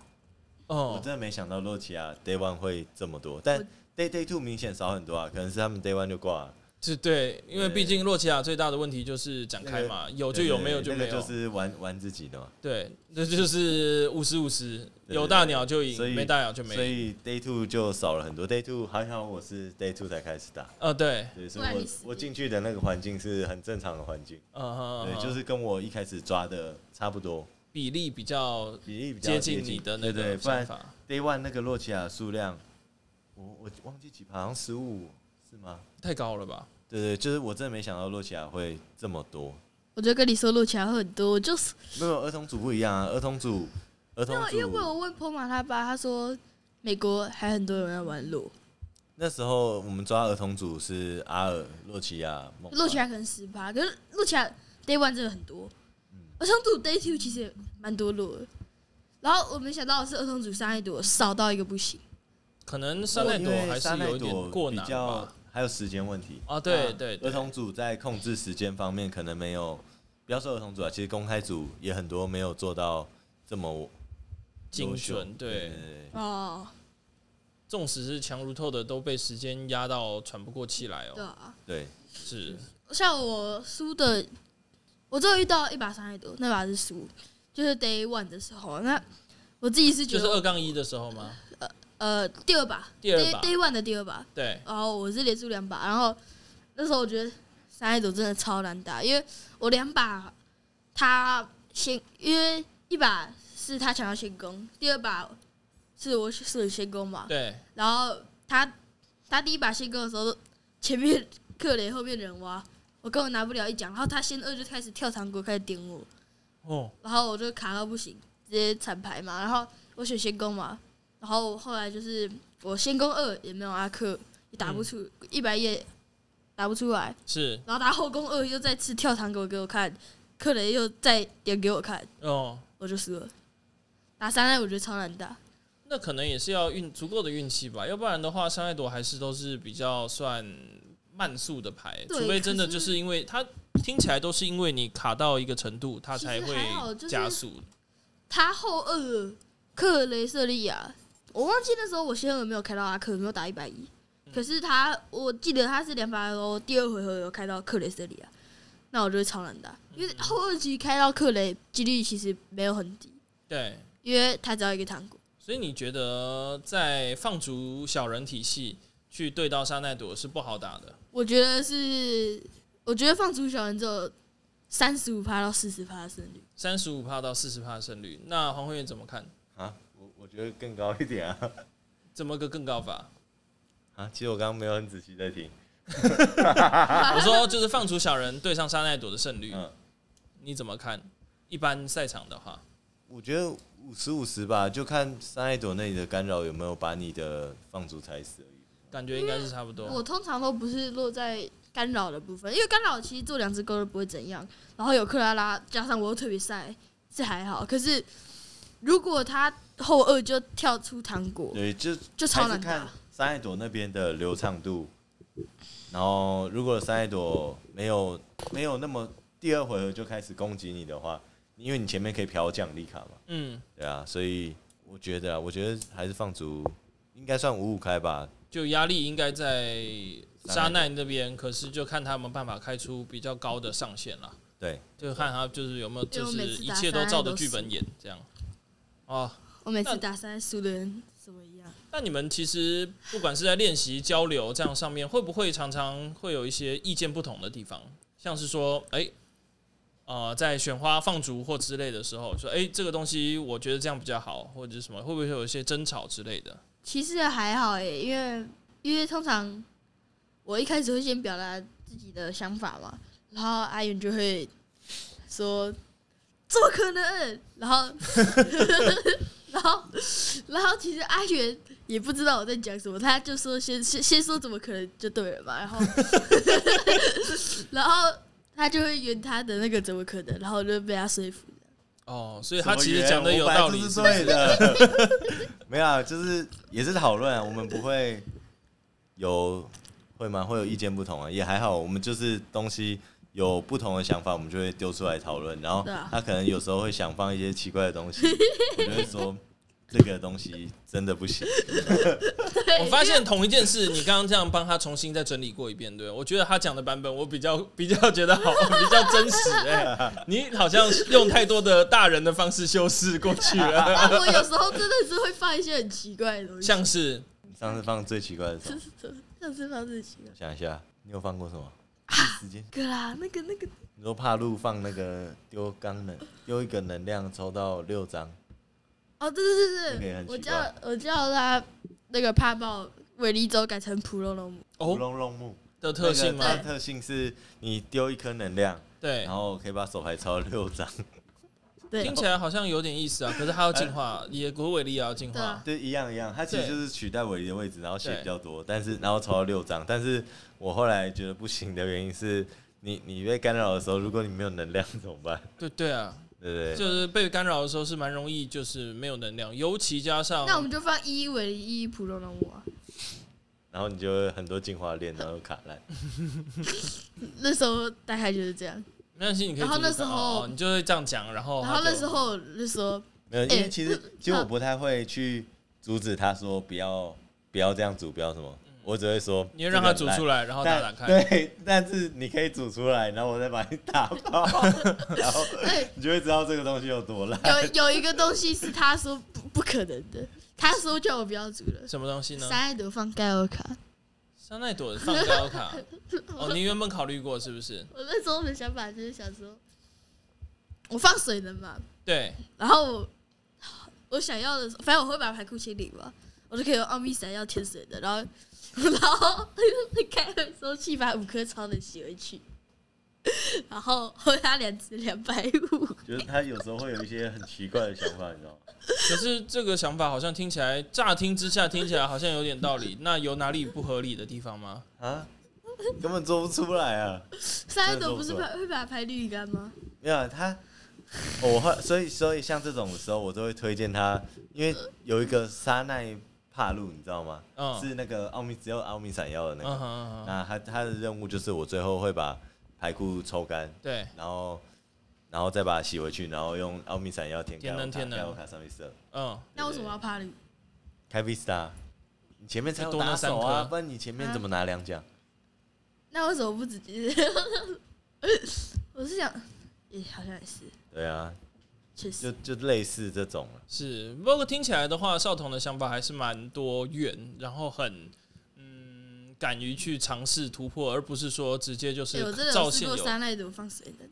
S3: 我
S1: 哦
S3: 真，的没想到洛奇亚 Day One 会这么多，但
S2: 我
S3: Day Day Two 明显少很多啊，可能是他们 Day One 就挂了，
S1: 是哦对，因为
S3: 对
S1: 毕竟洛奇亚最大的问题就是展开嘛，有就有，没有就
S3: 那
S1: 没
S3: 个
S1: 有
S3: 就。是玩玩自己的嘛，
S1: 对，这就是五十五十，
S3: 对
S1: 有大鸟就
S3: 所
S1: 赢，
S3: 以
S1: 没大鸟就没
S3: 所
S1: 赢。
S3: 以 Day Two 就少了很多。Day Two 还好，我是 Day Two 才开始打，
S1: 呃，对，
S3: 对，所
S2: 不然
S3: 以
S2: 你死定
S3: 我我进去的那个环境是很正常的环境，
S1: 嗯哼，
S3: 对，
S1: 嗯哼
S3: 就是跟我一开始抓的差不多，
S1: 比例比较
S3: 比例比较
S1: 接近你的那
S3: 对对，
S1: 个
S3: 不
S1: 想
S3: 然
S1: 法。
S3: Day One 那个洛奇亚的数量，我我忘记几趴，好像十五是吗？
S1: 太高了吧？
S3: 对对，就是我真的没想到洛奇亚会这么多。
S2: 我觉得跟你说录起来会很多，我就是
S3: 没有儿童组不一样啊，儿童组儿童
S2: 因为因为
S3: 组
S2: 我问波马他爸，他说美国还很多人要玩录，
S3: 那时候我们抓儿童组是阿尔、洛奇亚、
S1: 哦
S3: 梦幻
S2: 录起来可能十八，可是录起来 day one 真的很多，
S1: 嗯
S2: 儿童组 day two 其实也蛮多录的。然后我没想到的是儿童组沙奈朵少到一个不行，
S1: 可能山奈
S3: 哦
S1: 朵还是有一点过难
S3: 比较
S1: 吧。，
S3: 还有时间问题。
S1: 啊，对对对，
S3: 儿童组在控制时间方面可能没有，不要说儿童组啊，其实公开组也很多没有做到这么
S1: 精
S3: 优秀嗯
S1: 准，对，
S3: 对
S2: 哦，
S1: 纵使是强如透的，都被时间压到喘不过气来
S2: 对
S1: 哦。
S2: 啊，
S3: 对，
S1: 是，
S2: 像我输的，我只有遇到一把伤害多，那把是输，就是 day one 的时候，那我自己是觉
S1: 就
S2: 得
S1: 是二杠一的时候吗？
S2: 呃第二把
S1: 第二
S2: day
S1: 把
S2: day one 的第二把，
S1: 对，
S2: 然后我是连输两把，然后那时候我觉得伤害多真的超难打，因为我两把他先，因为一把是他抢到先攻，第二把是我是先攻嘛，
S1: 对，
S2: 然后他他第一把先跟我说，前面克雷，后面人挖，我根本拿不了一奖。然后他先二就开始跳糖果，开始点我，
S1: 哦，
S2: 然后我就卡到不行，直接惨牌嘛。然后我选先攻嘛，然后后来就是我先攻二也没有阿克，也打不出一百也打不出来。
S1: 是，
S2: 然后他后攻二又再次跳糖果给我看，克雷又再点给我看，
S1: 哦，
S2: 我就输了。打三奈我觉得超难打，
S1: 那可能也是要运足够的运气吧，要不然的话，山奈朵还是都是比较算慢速的牌，
S2: 对
S1: 除非真的
S2: 可
S1: 就是是因为它听起来都是因为你卡到一个程度，它
S2: 其
S1: 才
S2: 实
S1: 会
S2: 还好就是
S1: 加速。
S2: 他后二克雷瑟利亚，我忘记那时候我先有没有开到阿克，有没有打一百一。可是他，我记得他是两把后第二回合有开到克雷瑟利亚，那我就会超难打，因为后二局开到克雷几率其实没有很低，
S1: 对，
S2: 因为他只要一个糖果。
S1: 所以你觉得在放逐小人体系去对到沙奈朵是不好打的？
S2: 我觉得是，我觉得放逐小人只有三十五趴到四十趴的胜率，
S1: 三十五趴到四十趴胜率，那黄慧远怎么看？
S3: 啊，我我觉得更高一点啊
S1: 怎么个更高 法？
S3: 啊，其实我刚刚没有很仔细在听，
S1: 啊我说就是放逐小人对上沙奈朵的胜率，
S3: 嗯，
S1: 你怎么看？一般赛场的话，
S3: 我觉得五十五十吧，就看三爱朵那里的干扰有没有把你的放逐踩死而已。
S1: 感觉应该是差不多。
S2: 嗯我通常都不是落在干扰的部分，因为干扰其实做两只勾都不会怎样，然后有克拉拉加上我又特别晒是还好，可是如果他后二就跳出糖果，
S3: 对，就
S2: 就超难打
S3: 还是看三爱朵那边的流畅度，然后如果三爱朵没有没有那么第二回合就开始攻击你的话，因为你前面可以嫖奖励卡嘛，
S1: 嗯，
S3: 对啊，所以我觉得啊，我觉得还是放逐应该算五五开吧，
S1: 就压力应该在沙奈那边，可是就看他们办法开出比较高的上限了。
S3: 对，
S1: 就看他就是有没有，就
S2: 因为
S1: 是
S2: 我每次
S1: 一
S2: 打
S1: 切都照着
S2: 沙奈都
S1: 剧本演这样。哦，
S2: 我每
S1: 那
S2: 次打三输的人怎么一样？
S1: 那你们其实不管是在练习、交流这样上面，会不会常常会有一些意见不同的地方？像是说，哎、呃，在选花、放逐或之类的时候，说，哎、这个东西我觉得这样比较好，或者是什么，会不会有一些争吵之类的？
S2: 其实还好诶，因为因为通常我一开始会先表达自己的想法嘛，然后阿远就会说怎么可能？然后 然后然后其实阿远也不知道我在讲什么，他就说先先先说怎么可能就对了嘛，然后 然后他就会圆他的那个怎么可能，然后我就被他说服。
S1: 哦，所以他其实讲的有道理
S3: 我本来就，是对的。 没有啊，就是也是讨论啊，我们不会有会吗？会有意见不同啊，也还好。我们就是东西有不同的想法，我们就会丢出来讨论。然后
S2: 对啊
S3: 他可能有时候会想放一些奇怪 的东西，我就会说这个东西真的不行。
S1: 我发现同一件事，你刚刚这样帮他重新再整理过一遍，对我觉得他讲的版本我比较 比较觉得好，比较真实。哎、你好像用太多的大人的方式修饰过去了，
S2: 但我有时候真的是会放一些很奇怪的东西，
S1: 像是
S3: 你上次放最奇怪的什
S2: 这是这
S3: 么？
S2: 上次放自己了
S3: 我。想一下，你有放过什么？时间，
S2: 哥啦，那个那个
S3: 你说怕路放那个丢钢能，丢一个能量抽到六张，
S2: 哦，对对对
S3: 那个也
S2: 对
S3: 很，奇
S2: 我叫
S3: 怪
S2: 我叫他那个怕爆维力州改成普罗龙姆，
S3: 乌
S1: 哦
S3: 龙龙木。
S1: 的特性吗
S3: 那？个它的特性是你丢一颗能量，
S1: 对
S3: 然，后可以把手牌抽六张，
S2: 对
S1: 听起来好像有点意思啊，可是它要进化，野国伟力也要进
S2: 对
S1: 化
S2: 啊。
S3: 对，一样一样。它其实
S1: 对
S3: 就是取代尾离的位置，然后血比较多，但是然后抽到六张。但是我后来觉得不行的原因是你你被干扰的时候，如果你没有能量怎么办？
S1: 对对啊，
S3: 对不对？
S1: 就是被干扰的时候是蛮容易，就是没有能量，尤其加上
S2: 那我们就放一维力一普罗龙姆啊。
S3: 然后你就会很多进化链，然后卡 烂。
S2: 那时候大概就是这样，
S1: 没关系，你可以
S2: 然后
S1: 自己
S2: 那时
S1: 看
S2: 候
S1: 哦哦你就会这样讲，然
S3: 哦
S1: 后
S2: 然后
S1: 它
S2: 那
S1: 就
S2: 时候我就说，
S3: 没有，因
S2: 哎
S3: 为其实其实
S2: 那
S3: 我不太会去阻止他说不要不要这样煮，不要什么，我只会说
S1: 嗯你就让它煮
S3: 来。
S1: 出来，然后
S3: 但
S1: 打打看。
S3: 对， 但是你可以煮出来，然后我再把你打爆，然后
S2: 对，
S3: 你就会知道这个东西有多烂。
S2: 哎有有一个东西是他说不不可能的，他说叫我不要煮了，
S1: 什么东西呢？
S2: 三爱德放盖尔卡。
S1: 香奈朵放高 卡哦，你原本考虑过是不是？
S2: 我那时候的想法就是想说，我放水能嘛，
S1: 对，
S2: 然后我我想要的，反正我会把牌库清理嘛，我就可以哦用奥秘闪耀天水的，然后然后开会的时候去把五颗超能吸回去， 然后后他两只两百五，
S3: 就是他有时候会有一些很奇怪的想法，你知道吗？
S1: 可是这个想法好像听起来，乍听之下听起来好像有点道理。那有哪里不合理的地方吗？
S3: 啊，根本做不出来啊！
S2: 三朵不是把会把牌滤干吗？
S3: 没有他，我会，所以所以像这种的时候，我都会推荐他，因为有一个沙奈帕路，你知道吗？
S1: 嗯
S3: 是那个奥秘只有奥秘闪耀的那
S1: 嗯哼
S3: 个。
S1: 嗯哼，
S3: 那他他的任务就是我最后会把排库抽干，
S1: 对，
S3: 然后然后再把它洗回去，然后用奥秘闪耀填
S1: 天
S3: 盖
S1: 能
S3: 我卡
S1: 天能
S3: 盖我卡上面色，
S1: 嗯，
S2: 那为什么要怕滤？
S3: 开 Vista，你前面才有
S1: 多那
S3: 打
S1: 三
S3: 手啊，
S1: 颗
S3: 不然你前面怎么拿两奖？
S2: 那为什么不直接？ 我是想，也、好像也是，
S3: 对啊，
S2: 确实
S3: 就就类似这种了。
S1: 是，不过听起来的话，少彤的想法还是蛮多元，然后很嗯，敢于去尝试突破，而不是说直接就
S2: 欸
S1: 是
S2: 我真的
S1: 照
S2: 有试
S1: 现
S2: 过
S1: 有，
S2: 三奈朵放水能。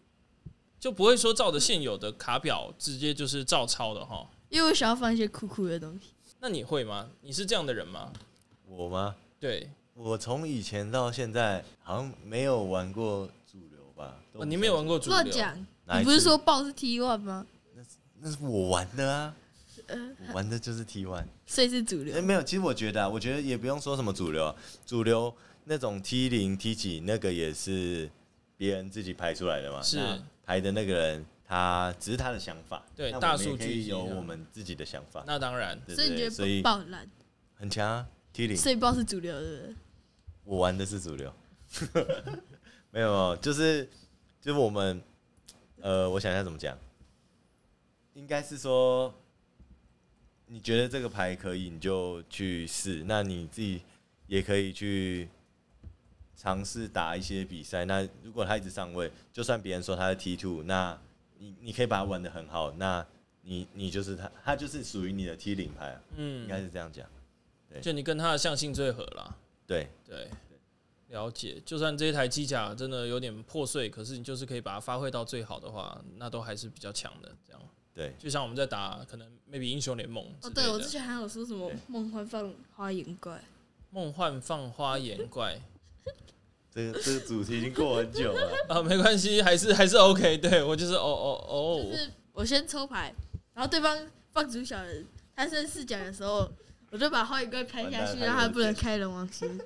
S1: 就不会说照着现有的卡表直接就是照抄的哈。
S2: 因为我想要放一些酷酷的东西。
S1: 那你会吗？你是这样的人吗？
S3: 我吗？
S1: 对，
S3: 我从以前到现在好像没有玩过主流吧？都
S1: 哦你没有玩过主
S2: 乱
S1: 流，
S2: 讲，
S3: 哪一
S2: 你不是
S3: 次
S2: 说豹是 T one 吗？呃
S3: 那是我玩的啊，我玩的就是 T one。
S2: 所以是主流
S3: 哎、。没有，其实我觉得、啊，我觉得也不用说什么主流、啊，主流那种 T 零 T 几那个也是别人自己排出来的嘛，
S1: 是
S3: 那排的那个人他只是他的想法，
S1: 对
S3: 那我们
S1: 大数据
S3: 也可以
S1: 集
S3: 有
S1: 啊
S3: 我们自己的想法，
S1: 那当然，
S3: 对
S2: 所以
S3: 对
S2: 你
S3: 对，
S2: 觉
S3: 所
S2: 得
S3: 以
S2: 豹很烂，
S3: 很强啊，T 零，
S2: 所以豹是主流对不对？
S3: 我玩的是主流， 没有，没有就是就是我们呃，我想一下怎么讲，应该是说你觉得这个牌可以，你就去试，那你自己也可以去尝试打一些比赛。那如果他一直上位，就算别人说他是 T two，那你你可以把它玩的很好，那你你就是他，他就是属于你的 T 领牌啊，应
S1: 嗯，
S3: 该是这样讲。
S1: 就你跟他的象性最合啦。
S3: 对，
S1: 对，了解，就算这一台机甲真的有点破碎，可是你就是可以把它发挥到最好的话，那都还是比较强的。这样，
S3: 对，
S1: 就像我们在打可能 maybe 英雄联盟之
S2: 哦，
S1: 类
S2: 对，
S1: 的
S2: 我之前还有说什么
S3: 对
S2: 梦幻放花眼怪，
S1: 梦幻放花眼怪
S3: 这个这个主题已经过很久了，
S1: 啊，没关系，还是还是 OK 对。我就是哦哦哦，
S2: 就是我先抽牌，然后对方放逐小人，他剩四角的时候，我就把花眼怪开下
S3: 完
S2: 去，
S3: 蛋
S2: 让他
S3: 他有
S2: 不能
S3: 剑
S2: 开人王星，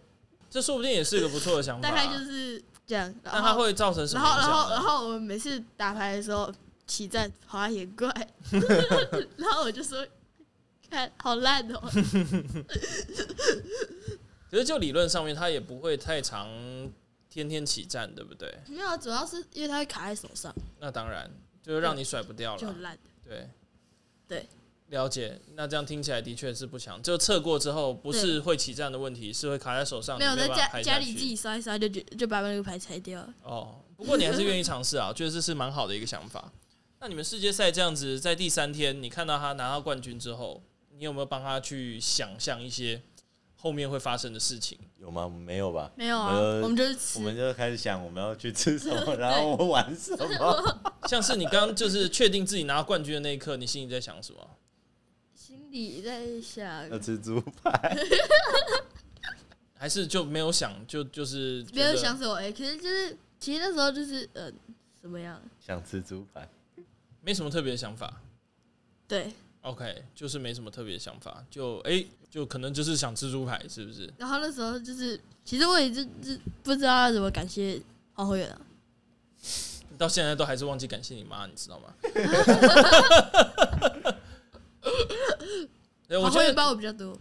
S1: 这说不定也是一个不错的想法、啊
S2: 大概就是这样。然
S1: 那它
S2: 后
S1: 会造成什
S2: 然
S1: 么
S2: 后，
S1: 影
S2: 然
S1: 响
S2: 后，然
S1: 呢？
S2: 后我们每次打牌的时候，起战花眼怪， 然后我就说，看好烂哦、
S1: 其实就理论上面，它也不会太长，天天起战，对不对？
S2: 没有，啊主要是因为它会卡在手上，
S1: 那当然，就是让你甩不掉
S2: 就
S1: 了
S2: 很。烂。
S1: 对，
S2: 对，
S1: 了解。那这样听起来的确是不强，就测过之后不是会起战的问题，是会卡在手上，
S2: 没有
S1: 你
S2: 在
S1: 办法
S2: 家
S1: 拍下
S2: 家
S1: 去
S2: 里自己刷一刷就，就就把那个牌拆掉了。
S1: 哦。不过你还是愿意尝试啊，觉得 这是蛮好的一个想法。那你们世界赛这样子，在第三天你看到他拿到冠军之后，你有没有帮他去想象一些后面会发生的事情？
S3: 有吗？没有吧？
S2: 没有啊，
S3: 呃
S2: 我们就是
S3: 我
S2: 吃，
S3: 们就开始想我们要去吃什 么，然后我们玩什
S1: 哦
S3: 么。
S1: 像是你刚刚就是确定自己拿到冠军的那一刻，你心里在想什么？
S2: 心里在
S1: 呃
S2: 想，
S3: 要吃猪排，
S1: 还是就没有想，就就是
S2: 没有
S1: 觉得
S2: 想什么哎、可是就是其实那时候就是呃怎么样？
S3: 想吃猪排。
S1: 没什么特别的想法。
S2: 对，
S1: OK，就是没什么特别的想法，就哎、就可能就是想吃猪排，是不是？
S2: 然后那时候就是其实我也就就不知道要怎么感谢黄慧远了、
S1: 到现在都还是忘记感谢你妈，你知道 吗？对，我
S2: 黄
S1: 觉
S2: 慧
S1: 得
S2: 远帮我比较多，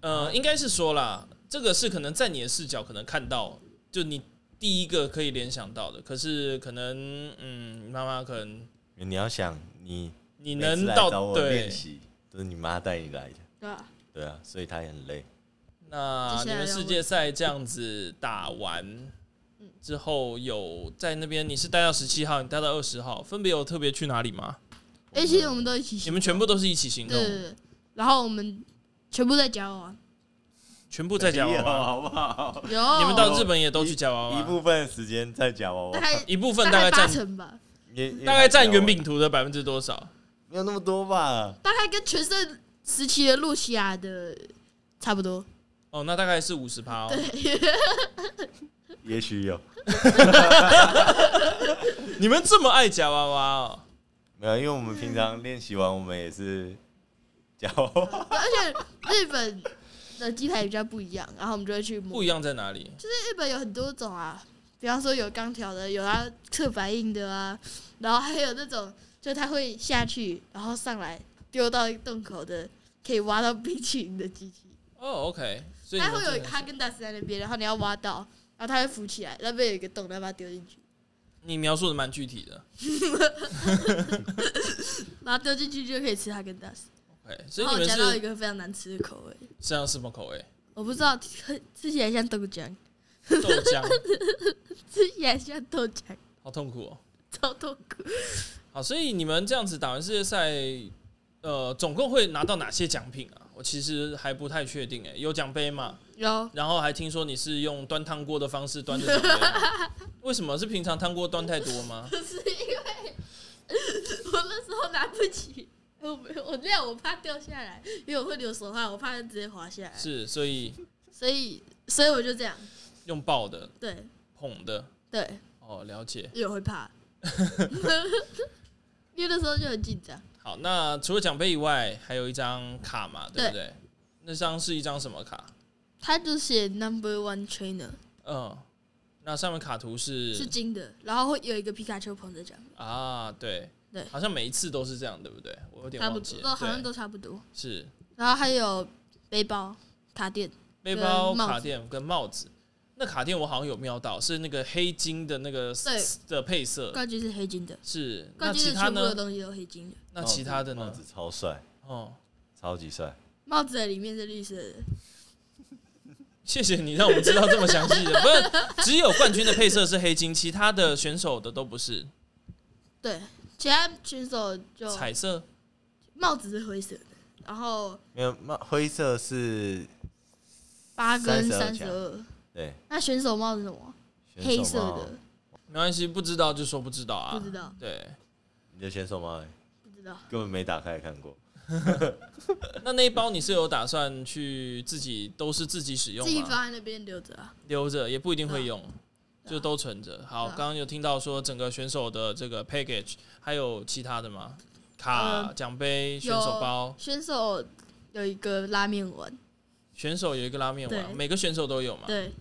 S1: 呃，应该是说啦，这个是可能在你的视角可能看到，就你第一个可以联想到的，可是可能嗯，妈妈可能
S3: 你要想，你
S1: 你
S3: 每次
S1: 能
S3: 来找
S1: 到
S3: 我练
S1: 对，
S3: 习都是你妈带你来的，
S2: 对吧、
S3: 对啊，所以她也很累。
S1: 那
S2: 接
S1: 你
S2: 下来
S1: 们
S2: 要
S1: 世
S2: 问
S1: 界赛这样子打完之后，有在那边你是待到十七号，你待到二十号，分别有特别去哪里吗？
S2: 哎、其实我们都一起
S1: 你
S2: 行
S1: 们全部都是一起行
S2: 对
S1: 动，
S2: 对对，然后我们全部在夹娃娃，
S1: 全部在夹娃
S3: 没有
S1: 娃。
S3: 好不好？啊
S2: 有
S1: 你们到日本也都去夹娃
S3: 一
S1: 娃，
S3: 部分时间在夹娃
S2: 大
S3: 娃，
S2: 概
S1: 一部分大
S2: 大
S1: 概
S2: 概八
S1: 占
S2: 成吧，
S3: 也
S1: 大概占原，
S3: 也
S1: 饼图的百分之多少？
S3: 没有那么多吧？
S2: 大概跟全盛时期的露西亚的差不多。
S1: 哦，那大概是五十趴哦。
S3: 也许有，
S1: 你们这么爱夹娃娃哦？
S3: 没有，因为我们平常练习完，我们也是夹娃娃。
S2: 而且日本的机台比较不一样，然后我们就会去摸。
S1: 不一样在哪里？
S2: 日本有很多种啊，比方说有钢条的，有它刻反应的啊，然后还有那种就它会下去，然后上来丢到洞口的，可以挖到冰淇淋的机器。
S1: 哦，OK，所以你
S2: 它
S1: 们
S2: 会有
S1: 真的
S2: 哈根达斯在那边，然后你要挖到，然后它会浮起来，那边有一个洞，然后把它丢进去，
S1: 你描述的蛮具体的。
S2: 然后丢进去就可以吃哈根达斯。
S1: OK，所
S2: 然
S1: 以
S2: 后
S1: 你
S2: 我
S1: 们
S2: 哦夹到一
S1: 是
S2: 个非常难吃的口味，
S1: 像什么口味？
S2: 我不知道，吃吃起来像豆浆，
S1: 豆浆，
S2: 吃起来像豆浆，
S1: 好痛苦哦。
S2: 超痛苦。
S1: 好，所以你们这样子打完世界赛，呃，总共会拿到哪些奖品啊？我其实还不太确定诶、欸有奖杯嘛？
S2: 然后
S1: 然后还听说你是用端汤锅的方式端着奖杯吗，为什么？是平常汤锅端太多 吗？
S2: 是因为我那时候拿不起，我没有我那样我怕掉下来，因为我会流手汗，我怕直接滑下来，
S1: 是，所以
S2: 所以所以我就这样，
S1: 用抱的、
S2: 对
S1: 捧的。
S2: 对，
S1: 哦，了解。
S2: 因为我会怕， 因为那时候就很紧张，
S1: 好，那除了奖杯以外，还有一张卡嘛，对不对？那张是一张什么卡？
S2: 他就写 number one trainer
S1: 嗯，那上面卡图是
S2: 是金的，然后会有一个皮卡丘捧着奖，
S1: 啊，对
S2: 对
S1: 好像每一次都是这样，对不对？我有点
S2: 差不
S1: 忘记
S2: 多，
S1: 了，
S2: 好像
S1: 对
S2: 都差不多，
S1: 是。
S2: 然后还有背包、卡垫，
S1: 背包、
S2: 跟帽子
S1: 卡垫跟帽子。那卡垫我好像有瞄到，是那个黑金的那个
S2: 对
S1: 的配色，
S2: 冠军是黑金的，
S1: 是。呃那
S2: 冠
S1: 其
S2: 军的
S1: 他
S2: 全部的
S1: 呢？
S2: 东西都黑金的，
S1: 那其他的
S3: 帽
S1: 呢？
S3: 子超帅，
S1: 哦，
S3: 超级帅。
S2: 帽子的里面是绿色的。
S1: 谢谢你让我们知道这么详细 的。不是，只有冠军的配色是黑金，其他的选手的都不是
S2: 对，其他选手就
S1: 彩色。
S2: 帽子是灰色的，然后
S3: 没有，那灰色是
S2: 八跟三
S3: 32
S2: 十二，
S3: 对，
S2: 那选手帽是什么？
S3: 选手
S2: 黑色
S3: 帽
S2: 的，，
S1: 没关系，不知道就说不知道啊。
S2: 不知道，
S1: 对，
S3: 你的选手帽
S2: 不知道。
S3: 根本没打开看过。
S1: 那那一包你是有打算去自己都是自己使用
S2: 自己
S1: 吗？
S2: 放在那边留着啊。
S1: 留着也不一定会用，
S2: 对啊
S1: 就都存着。好，
S2: 对啊
S1: 刚刚有听到说整个选手的这个 package，还有其他的吗？卡、
S2: 嗯
S1: 奖杯、选手包，
S2: 选手有一个拉面碗，
S1: 选手有一个拉面
S2: 对
S1: 碗，每个选手都有嘛？
S2: 对，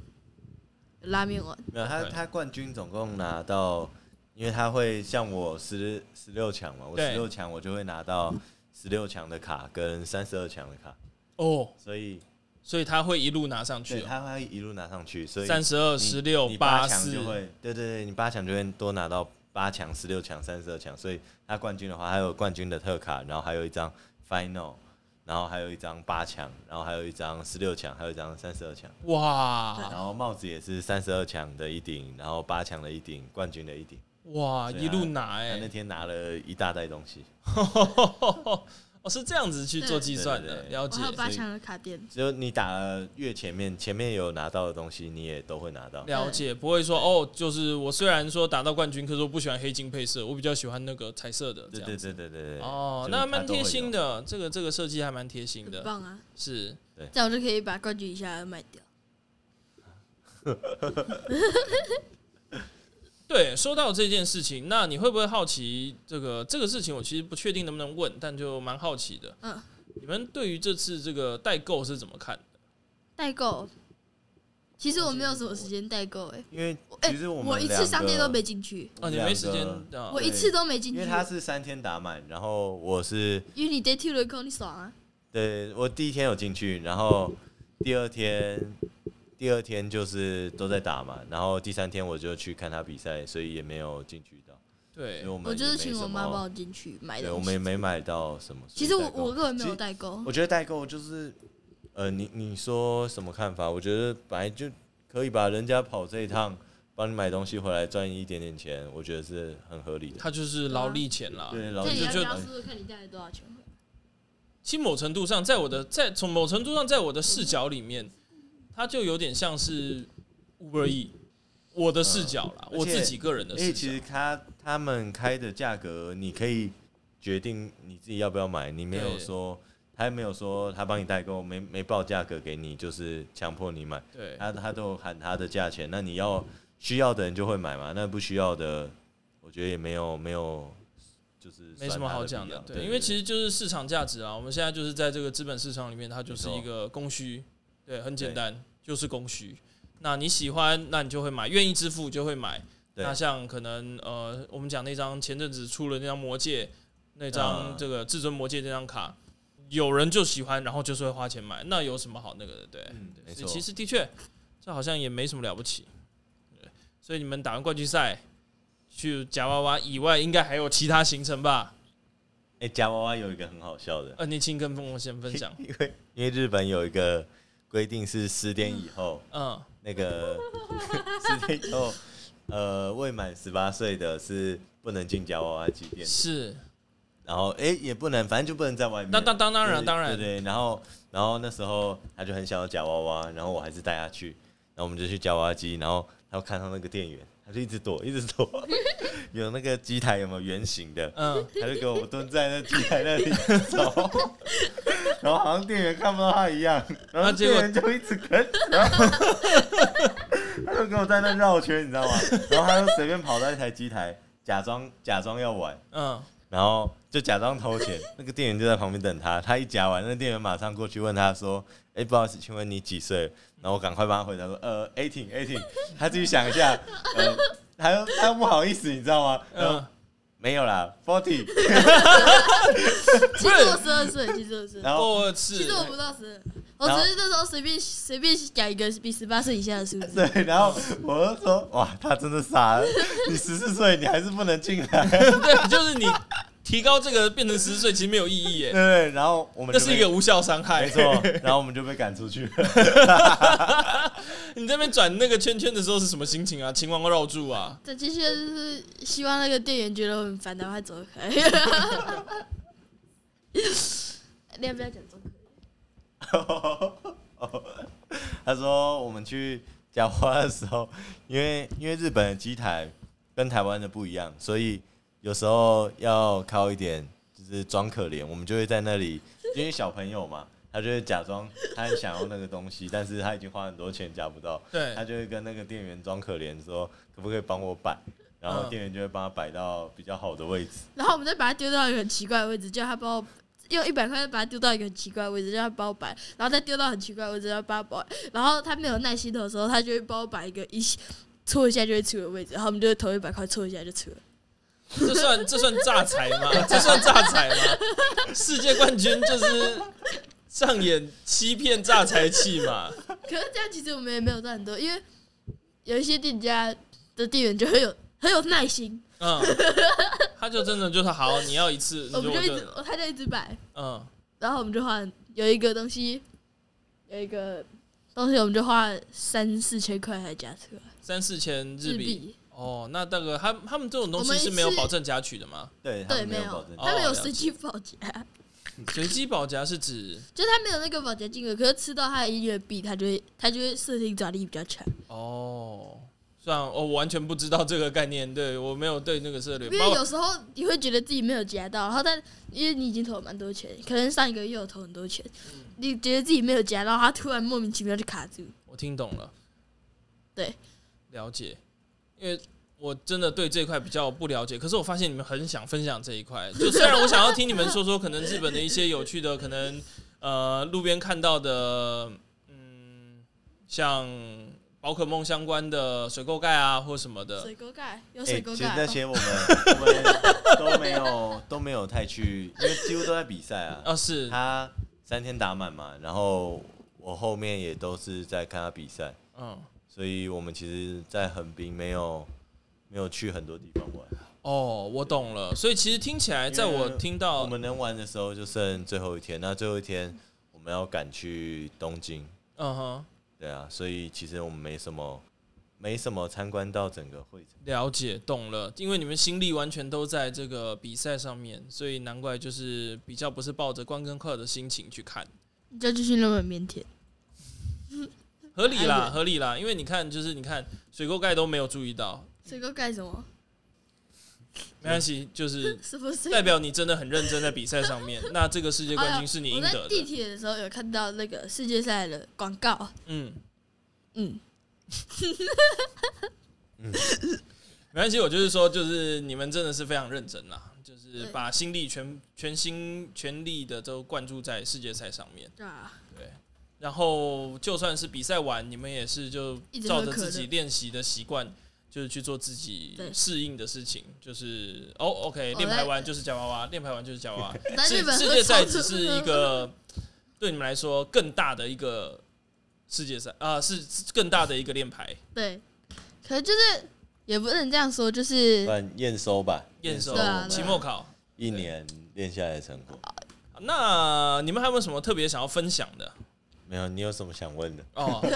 S2: 有拉面碗，
S3: 没有他，
S1: 对
S3: 他冠军总共拿到，因为他会像我十十六强嘛，我
S1: 对
S3: 十六强我就会拿到十六强的卡跟三十二强的卡，
S1: 哦，
S3: 所以
S1: 所以他会一路拿上
S3: 对
S1: 去、哦，
S3: 他会一路拿上去，所以
S1: 三十二、十六、
S3: 你
S1: 八
S3: 八
S1: 四
S3: 强，就会，对对对，你八强就会多拿到八强、十六强、三十二强，所以他冠军的话，还有冠军的特卡，然后还有一张 final，然后还有一张八强，然后还有一张十六强，还有一张三十二强，然
S1: 哇
S3: 后帽子也是三十二强的一顶，然后八强的一顶，冠军的一顶。
S1: 哇，
S3: 对啊
S1: 一路拿哎、
S3: 他那天拿了一大袋东西，
S1: 哦，是这样子去做计算的，
S3: 对对对
S1: 了
S2: 我
S1: 解
S2: 还有八强的卡垫，
S3: 只有你打了越前面，前面有拿到的东西，你也都会拿到。
S1: 了解，不会说哦，就是我虽然说打到冠军，可是我不喜欢黑金配色，我比较喜欢那个彩色的这
S3: 对
S1: 样
S3: 对
S1: 子
S3: 对对对对。
S1: 哦，
S3: 就是
S1: 那
S3: 他
S1: 蛮
S3: 都会
S1: 贴心
S3: 有。
S1: 的，这个这个设计还蛮贴心
S2: 很
S1: 的，
S2: 棒啊！
S1: 是
S2: 这样我就可以把冠军一下卖掉。
S1: 对。说到这件事情，那你会不会好奇这个这个事情？我其实不确定能不能问，但就蛮好奇的。
S2: 嗯，
S1: 你们对于这次这个代购是怎么看的？
S2: 代购，其实我没有什么时间代购哎、
S3: 因为
S2: 哎、
S3: 其实我们
S2: 我一
S3: 两
S2: 次商店
S3: 个
S2: 都没进去，
S1: 哦，你没时间
S3: 两
S1: 啊
S2: 我一次都没进
S3: 因
S2: 去
S3: 为，他是三天打满，然后我是
S2: 因为你 day two 的空你爽啊，
S3: 对我第一天有进去，然后第二天第二天就是都在打嘛，然后第三天我就去看他比赛，所以也没有进去到。
S1: 对
S3: 所以，我们
S2: 我就是
S3: 也没
S2: 请我
S3: 什么
S2: 妈帮我进去买
S3: 对，
S2: 东
S3: 我
S2: 西。
S3: 们也没买到什么。
S2: 其实我
S3: 所以代购
S2: 我根本没
S3: 其
S2: 有
S3: 实
S2: 代购，
S3: 我觉得代购就是，呃，你你说什么看法？我觉得本来就可以吧，人家跑这一趟帮你买东西回来赚一点点钱，我觉得是很合理的。
S1: 他就是劳力钱啦。
S3: 对，老
S2: 那
S3: 师
S2: 你要
S1: 就
S2: 不要说说看你带了多少钱 回来？
S1: 其实某程度上，在我的在从某程度上，在我的视角里面，它就有点像是 Uber E，我的视角啦，
S3: 嗯
S1: 我
S3: 而且
S1: 自己个人的
S3: 因为
S1: 视
S3: 其实
S1: 角。
S3: 他他们开的价格，你可以决定你自己要不要买，你没有
S1: 对
S3: 说他没有说他帮你代购，没没报价格给你，就是强迫你买，
S1: 对，
S3: 他他都有喊他的价钱，那你要需要的人就会买嘛，那不需要的，我觉得也没有没有就是
S1: 没什么好讲
S3: 的
S1: 的。
S3: 必要，
S1: 对，因为其
S3: 实
S1: 实就是市场价值啊，我们现在就是在这个资本市场里面，它就是
S3: 没错
S1: 一个供需，对，很简单，就是供需。那你喜欢，那你就会买；愿意支付就会买。
S3: 对
S1: 那像可能呃，我们讲那张前阵子出了那张魔戒，那张
S3: 嗯
S1: 这个至尊魔戒这张卡，有人就喜欢，然后就是会花钱买，那有什么好那个的？对，
S3: 嗯没
S1: 所以
S3: 错，
S1: 其实的确，这好像也没什么了不起。对，所以你们打完冠军赛去夹娃娃以外，应该还有其他行程吧？
S3: 哎夹娃娃有一个很好笑的，，
S1: 呃，年轻跟我先分享
S3: 因为因为日本有一个规定是十点以后。
S1: 嗯，
S3: 那个十天以后，呃，未满十八岁的是不能进夹娃娃机店，
S1: 是，
S3: 然后哎、诶也不能，反正就不能在外面。
S1: 那当当当然
S3: 对
S1: 当然
S3: 对对。然后然后那时候他就很想要夹娃娃，然后我还是带他去，然后我们就去夹娃娃机，然后他看到那个店员，他就一直躲，一 直躲，有那个机台有没有圆形的？
S1: 嗯，
S3: 他就给我蹲在那机台那里走， 然后好像店员看不到他一样，然后
S1: 那结果
S3: 店员就一直跟，然后 他就给我在那绕圈，你知道吗？然后他就随便跑到一台机台，假装假装要玩，
S1: 嗯，
S3: 然后就假装投钱， 那个店员就在旁边等他，他一夹完，那店员马上过去问他说：“哎、不好意思，请问你几岁？”然后我赶快帮他回答说：“呃，eighteen eighteen。”他自己想一下，呃，他又他又不好意思，你知道吗？然后
S1: 嗯，
S3: 没有啦，forty。
S2: 其实我十二岁，其实我是，
S3: 然后
S1: 哦，
S2: 其
S1: 是
S2: 实，我不到十二，我只是那时候随便随便讲一个比十八岁以下的数字。
S3: 对，然后我就说，哇，他真的傻了，你十四岁你还是不能进来，对
S1: 对，就是你提高这个变成十岁，其实没有意义 耶，
S3: 对，然后我们
S1: 那
S3: 就是
S1: 一
S3: 被
S1: 个无效伤害
S3: 没。错，然后我们就被赶出去了，
S1: 你这边转那个圈圈的时候是什么心情啊？秦王绕住啊？
S2: 这的确就是希望那个店员觉得我很烦，然后他走开。 你要不要讲中文？
S3: 他说我们去讲话的时候，因为因为日本的机台跟台湾的不一样，所以有时候要靠一点就是装可怜，我们就会在那里，因为小朋友嘛，他就会假装他很想要那个东西，但是他已经花很多钱夹不到，
S1: 对
S3: 他，就会跟那个店员装可怜说可不可以帮我摆，然后
S1: 嗯
S3: 店员就会帮他摆到比较好的位置。
S2: 然后我们再把它丢到一个很奇怪的位置，叫他帮我用一百块把它丢到一个很奇怪的位置，叫他帮我摆，然后再丢到很奇怪的位置，叫他帮我摆。然后他没有耐心的时候，他就会帮我摆一个一搓一下就会出的位置，然后我们就会投一百块搓一下就出了。
S1: 这算这算诈财吗？这算诈财吗？ 世界冠军就是上演欺骗诈财器嘛。
S2: 可是这样其实我们也没有赚很多，因为有一些店家的店员就很有很有耐心，
S1: 嗯，他就真的就是好，你要一次，
S2: 我
S1: 你
S2: 们就
S1: 我
S2: 一
S1: 就
S2: 直他就一直摆，
S1: 嗯，
S2: 然后我们就花有一个东西，有一个东西我们就花三四千块才加出来
S1: 三四千日
S2: 日
S1: 币。
S2: 币。
S1: 哦，那大哥，他他们这种东
S2: 我
S1: 西
S2: 们
S1: 是没有
S2: 是
S1: 保证加取的吗？
S3: 对，他
S2: 对，
S3: 们没
S2: 没
S3: 有保证。
S1: 哦
S2: 他们有
S1: 了解
S2: 随机保夹，
S1: 随机保夹是指
S2: 就是他没有那个保夹金额，可是吃到他的音乐币，他就会他就会射精抓力比较强。
S1: 哦，虽然哦，我完全不知道这个概念，对我没有对那个策略，
S2: 因为
S1: 包括
S2: 有时候你会觉得自己没有夹到，然后但因为你已经投了蛮多钱，可能上一个月有投很多钱，
S1: 嗯
S2: 你觉得自己没有夹到，他突然莫名其妙就卡住。
S1: 我听懂了，
S2: 对，
S1: 了解，因为我真的对这一块比较不了解，可是我发现你们很想分享这一块，就虽然我想要听你们说说可能日本的一些有趣的，可能呃路边看到的，嗯，像宝可梦相关的水垢盖啊或什么的，
S2: 水沟盖有
S3: 哎、
S2: 水沟
S3: 其实那
S2: 盖，哦
S3: 些我们我们都没有都没有太去，因为几乎都在比赛啊。
S1: 啊是
S3: 他三天打满嘛，然后我后面也都是在看他比赛，
S1: 嗯。
S3: 所以我们其实，在横滨没有没有去很多地方玩。
S1: 哦，我懂了。所以其实听起来，在我听到
S3: 我们能玩的时候就剩最后一天，那最后一天我们要赶去东京，
S1: 嗯哼，
S3: 对啊，所以其实我们没什么没什么参观到整个会场。
S1: 了解懂了，因为你们心力完全都在这个比赛上面，所以难怪就是比较不是抱着观光客的心情去看，
S2: 你就继续那么腼
S1: 嗯
S2: 腆。
S1: 合理
S2: 哎
S1: 啦，
S2: 对
S1: 合理啦。因为你看，就是你看水沟盖都没有注意到，
S2: 水沟盖什么？
S1: 没关系，就是
S2: 什么水？
S1: 代表你真的很认真在比赛上 面。那这个世界冠军是你
S2: 哎我
S1: 应
S2: 在
S1: 得
S2: 地
S1: 的，
S2: 铁的时候有看到那个世界赛的广告，
S1: 嗯，
S2: 嗯，
S1: 嗯没关系。我就是说，就是你们真的是非常认真啦，就是
S2: 对
S1: 把心力全全心全力的都灌注在世界赛上面。
S2: 对啊，
S1: 然后就算是比赛完，你们也是就
S2: 一直喝
S1: 照
S2: 可乐
S1: 着自己练习的习惯，就是去做自己
S2: 对
S1: 适应的事情。就是哦，OK，
S2: 我
S1: 练
S2: 在
S1: 排完就是夹娃 娃，练排完就是夹娃娃。
S2: 在
S1: 世
S2: 日本
S1: 世
S2: 喝
S1: 界赛
S2: 超
S1: 只
S2: 多
S1: 是一个对你们来说更大的一个世界赛啊、是是更大的一个练牌
S2: 对，啊可是就是也不能这样说，就是
S3: 算验收吧，
S1: 验收
S3: 我
S2: 对啊
S3: 们
S1: 期末考。
S3: 一年练下来的成果。
S1: 那你们还有没有什么特别想要分享的？
S3: 没有，你有什么想问的？
S1: 哦，好，OK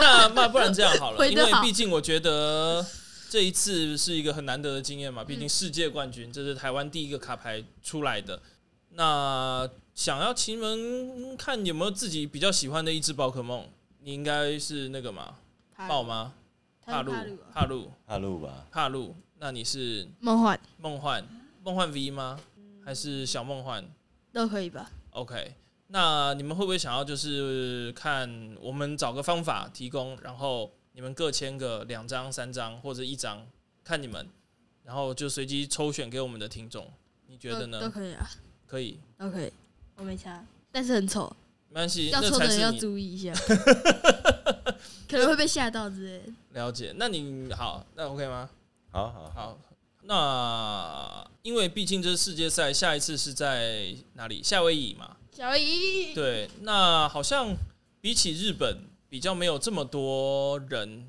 S1: 那那不然这样好了，
S2: 回
S1: 因
S2: 得
S1: 为
S2: 好
S1: 毕竟我觉得这一次是一个很难得的经验嘛，毕
S2: 嗯
S1: 竟世界冠军这是台湾第一个卡牌出来的。那想要奇门看有没有自己比较喜欢的一只宝可梦，你应该是那个嘛，豹吗？
S2: 他
S1: 路
S2: 是帕鲁啊，
S1: 帕路，
S3: 哈路吧，
S1: 帕路。那你是
S2: 梦幻
S1: 梦幻梦幻 V 吗？
S2: 嗯
S1: 还是小梦幻？
S2: 都可以吧？
S1: OK，那你们会不会想要就是看我们找个方法提供，然后你们各签个两张、三张或者一张，看你们，然后就随机抽选给我们的听众，你觉得
S2: 都都
S1: 呢？
S2: 可以啊，
S1: 可以，
S2: 都可以，我没差，但是很丑，
S1: 没关系，
S2: 要
S1: 那
S2: 抽
S1: 才
S2: 的人
S1: 是
S2: 要
S1: 你
S2: 注意 一下，可能会被吓到之类的。
S1: 了解。那你好，那 OK 吗？
S3: 好好好，
S1: 好，那因为毕竟这是世界赛，下一次是在哪里？夏威夷嘛。
S2: 小姨，
S1: 对，那好像比起日本，比较没有这么多人，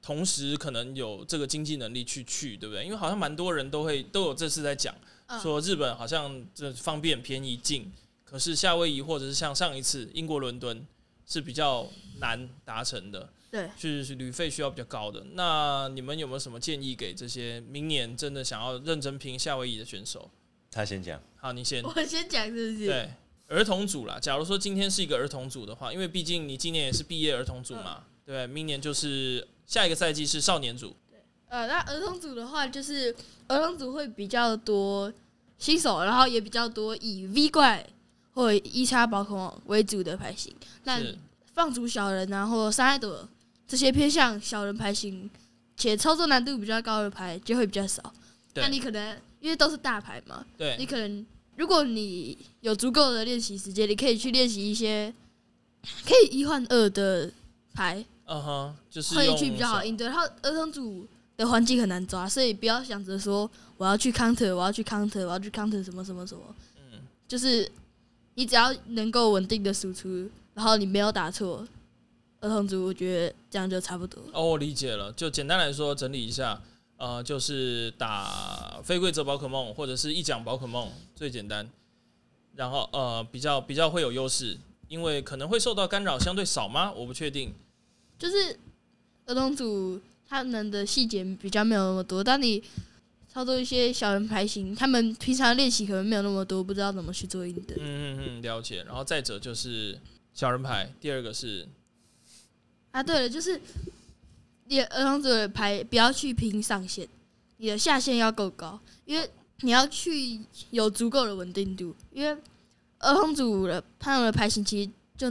S1: 同时可能有这个经济能力去去，对不对？因为好像蛮多人都会都有这次在讲，
S2: 嗯
S1: 说日本好像这方便便宜近，可是夏威夷或者是像上一次英国伦敦是比较难达成的，
S2: 对，
S1: 是是旅费需要比较高的。那你们有没有什么建议给这些明年真的想要认真拼夏威夷的选手？
S3: 他先讲。
S1: 好，你先。
S2: 我先讲是不是？
S1: 对，儿童组啦。假如说今天是一个儿童组的话，因为毕竟你今年也是毕业儿童组嘛，对，明年就是下一个赛季是少年组，
S2: 呃，那儿童组的话，就是儿童组会比较多新手，然后也比较多以 V 怪或一叉宝可梦为主的牌型。那
S1: 是
S2: 放逐小人啊，或伤害朵这些偏向小人牌型且操作难度比较高的牌就会比较少。
S1: 对
S2: 那你可能因为都是大牌嘛，
S1: 对，
S2: 你可能如果你有足够的练习时间，你可以去练习一些可以一换二的牌，
S1: 嗯哼，就是
S2: 会
S1: 用
S2: 去比较好
S1: 手
S2: 应对。然后儿童组的环境很难抓，所以不要想着说我要去 counter，我要去 counter，我要去 counter 什么什么什么。
S1: 嗯
S2: 就是你只要能够稳定的输出，然后你没有打错，儿童组我觉得这样就差不多。
S1: 哦，我理解了。就简单来说，整理一下，呃，就是打非规则宝可梦或者是一奖宝可梦最简单，然后呃比较比较会有优势，因为可能会受到干扰相对少吗？我不确定。
S2: 就是儿童组他们的细节比较没有那么多，当你操作一些小人牌型，他们平常练习可能没有那么多，不知道怎么去做应对。
S1: 嗯嗯嗯，了解。然后再者就是小人牌，第二个是
S2: 啊，对了，就是你儿童组的牌不要去拼上限，你的下限要够高，因为你要去有足够的稳定度。因为儿童组的他们的牌型其实就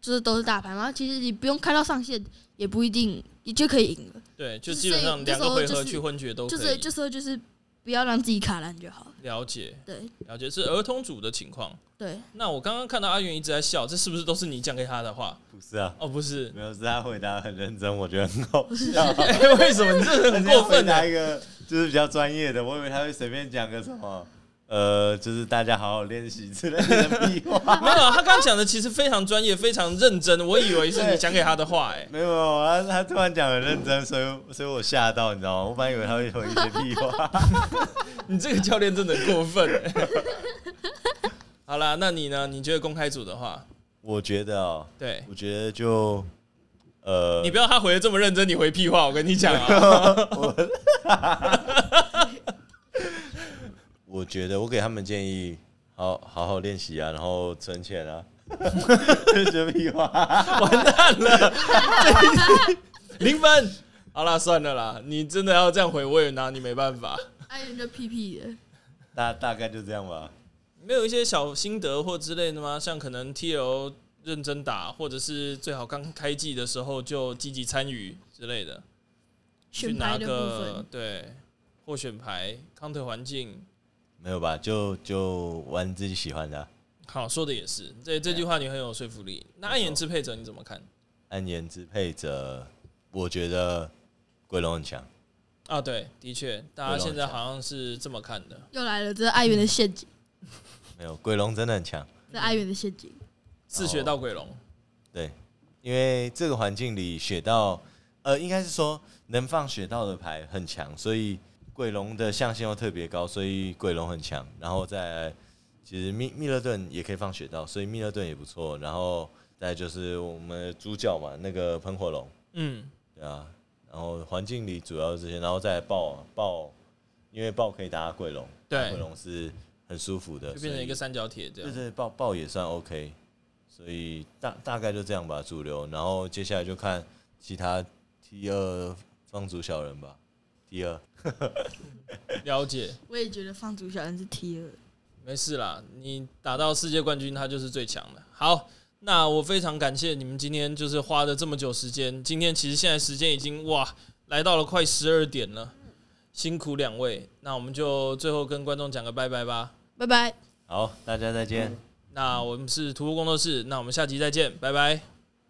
S2: 就是都是大牌嘛，其实你不用开到上限，也不一定你就可以赢了。
S1: 对，就
S2: 就是
S1: 基本
S2: 所以
S1: 上
S2: 这
S1: 两
S2: 时
S1: 个
S2: 候
S1: 回
S2: 就
S1: 合
S2: 是
S1: 去昏厥都可
S2: 就
S1: 以。
S2: 是这时候就是不要让自己卡烂就好了。
S1: 了解
S2: 对
S1: 了解是儿童组的情况。
S2: 对，
S1: 那我刚刚看到阿元一直在笑，这是不是都是你讲给他的话？
S3: 不是啊，
S1: 哦，不是，
S3: 没有是他回答很认真，我觉得 很好笑。
S1: 为什么你这很
S3: 而且啊他
S1: 过
S3: 回
S1: 分呢、欸
S3: 答一个就是比较专业的，我以为他会随便讲个什么，呃，就是大家好好练习之类的屁 话。
S1: 没有，啊他刚刚讲的其实非常专业、非常认真，我以为是你讲给他的话、哎，
S3: 没有，没有他他突然讲很认真，所以所以我吓到，你知道吗？我本来以为他会回一些屁话。
S1: 你这个教练真的很过分、哎好啦，那你呢？你觉得公开组的话，
S3: 我觉得哦，
S1: 对
S3: 我觉得就呃，
S1: 你不要他回的这么认真，你回屁话，我跟你讲啊，
S3: 我觉得我给他们建议，好好好练习啊，然后存钱啊，这屁话。
S1: 完蛋了，零分。好啦，算了啦，你真的要这样回，我也拿你没办法。
S2: 哎，人就屁屁的，
S3: 大大概就这样吧。
S1: 没有一些小心得或之类的吗？像可能 T L 认真打，或者是最好刚开季的时候就积极参与之类的。去
S2: 选
S1: 拿
S2: 牌的部
S1: 个
S2: 分。
S1: 对获选牌、康特环境。
S3: 没有吧？就就玩自己喜欢的啊、
S1: 好，说的也是，
S2: 啊
S1: 这这句话你很有说服力。那暗眼支配者你怎么看
S3: 按言支配者，我觉得鬼龙很强。
S1: 啊？对，的确，大家
S3: 我了解哦
S1: 现在好像是这么看的。
S2: 又来了，这是爱媛的陷阱，
S3: 没有，鬼龙真的很强。
S2: 这是爱媛的陷阱。
S1: 自学到鬼龙，
S3: 对，因为这个环境里雪道，呃，应该是说能放雪道的牌很强，所以鬼龙的象限又特别高，所以鬼龙很强。然后再来其实密密勒顿也可以放雪道，所以密勒顿也不错。然后再来就是我们的主角嘛，那个喷火龙，
S1: 嗯，
S3: 对啊。然后环境里主要是这些，然后再来豹啊豹，因为豹可以打鬼龙，
S1: 对
S3: 鬼龙是很舒服的，
S1: 就变成一个
S3: 所以
S1: 三角铁这
S3: 对
S1: 样。
S3: 对，报报也算 OK，所以大大概就这样吧，主流。然后接下来就看其他 T 二放逐小人吧，T 二
S1: 了解，
S2: 我也觉得放逐小人是 T 二。
S1: 没事啦，你打到世界冠军，他就是最强的。好。那我非常感谢你们今天就是花了这么久时间，今天其实现在时间已经哇来到了快十二点了，辛苦两位。那我们就最后跟观众讲个拜拜吧。
S2: 拜拜。
S3: 好，大家再见。
S1: 那我们是徒步工作室，那我们下集再见，拜拜。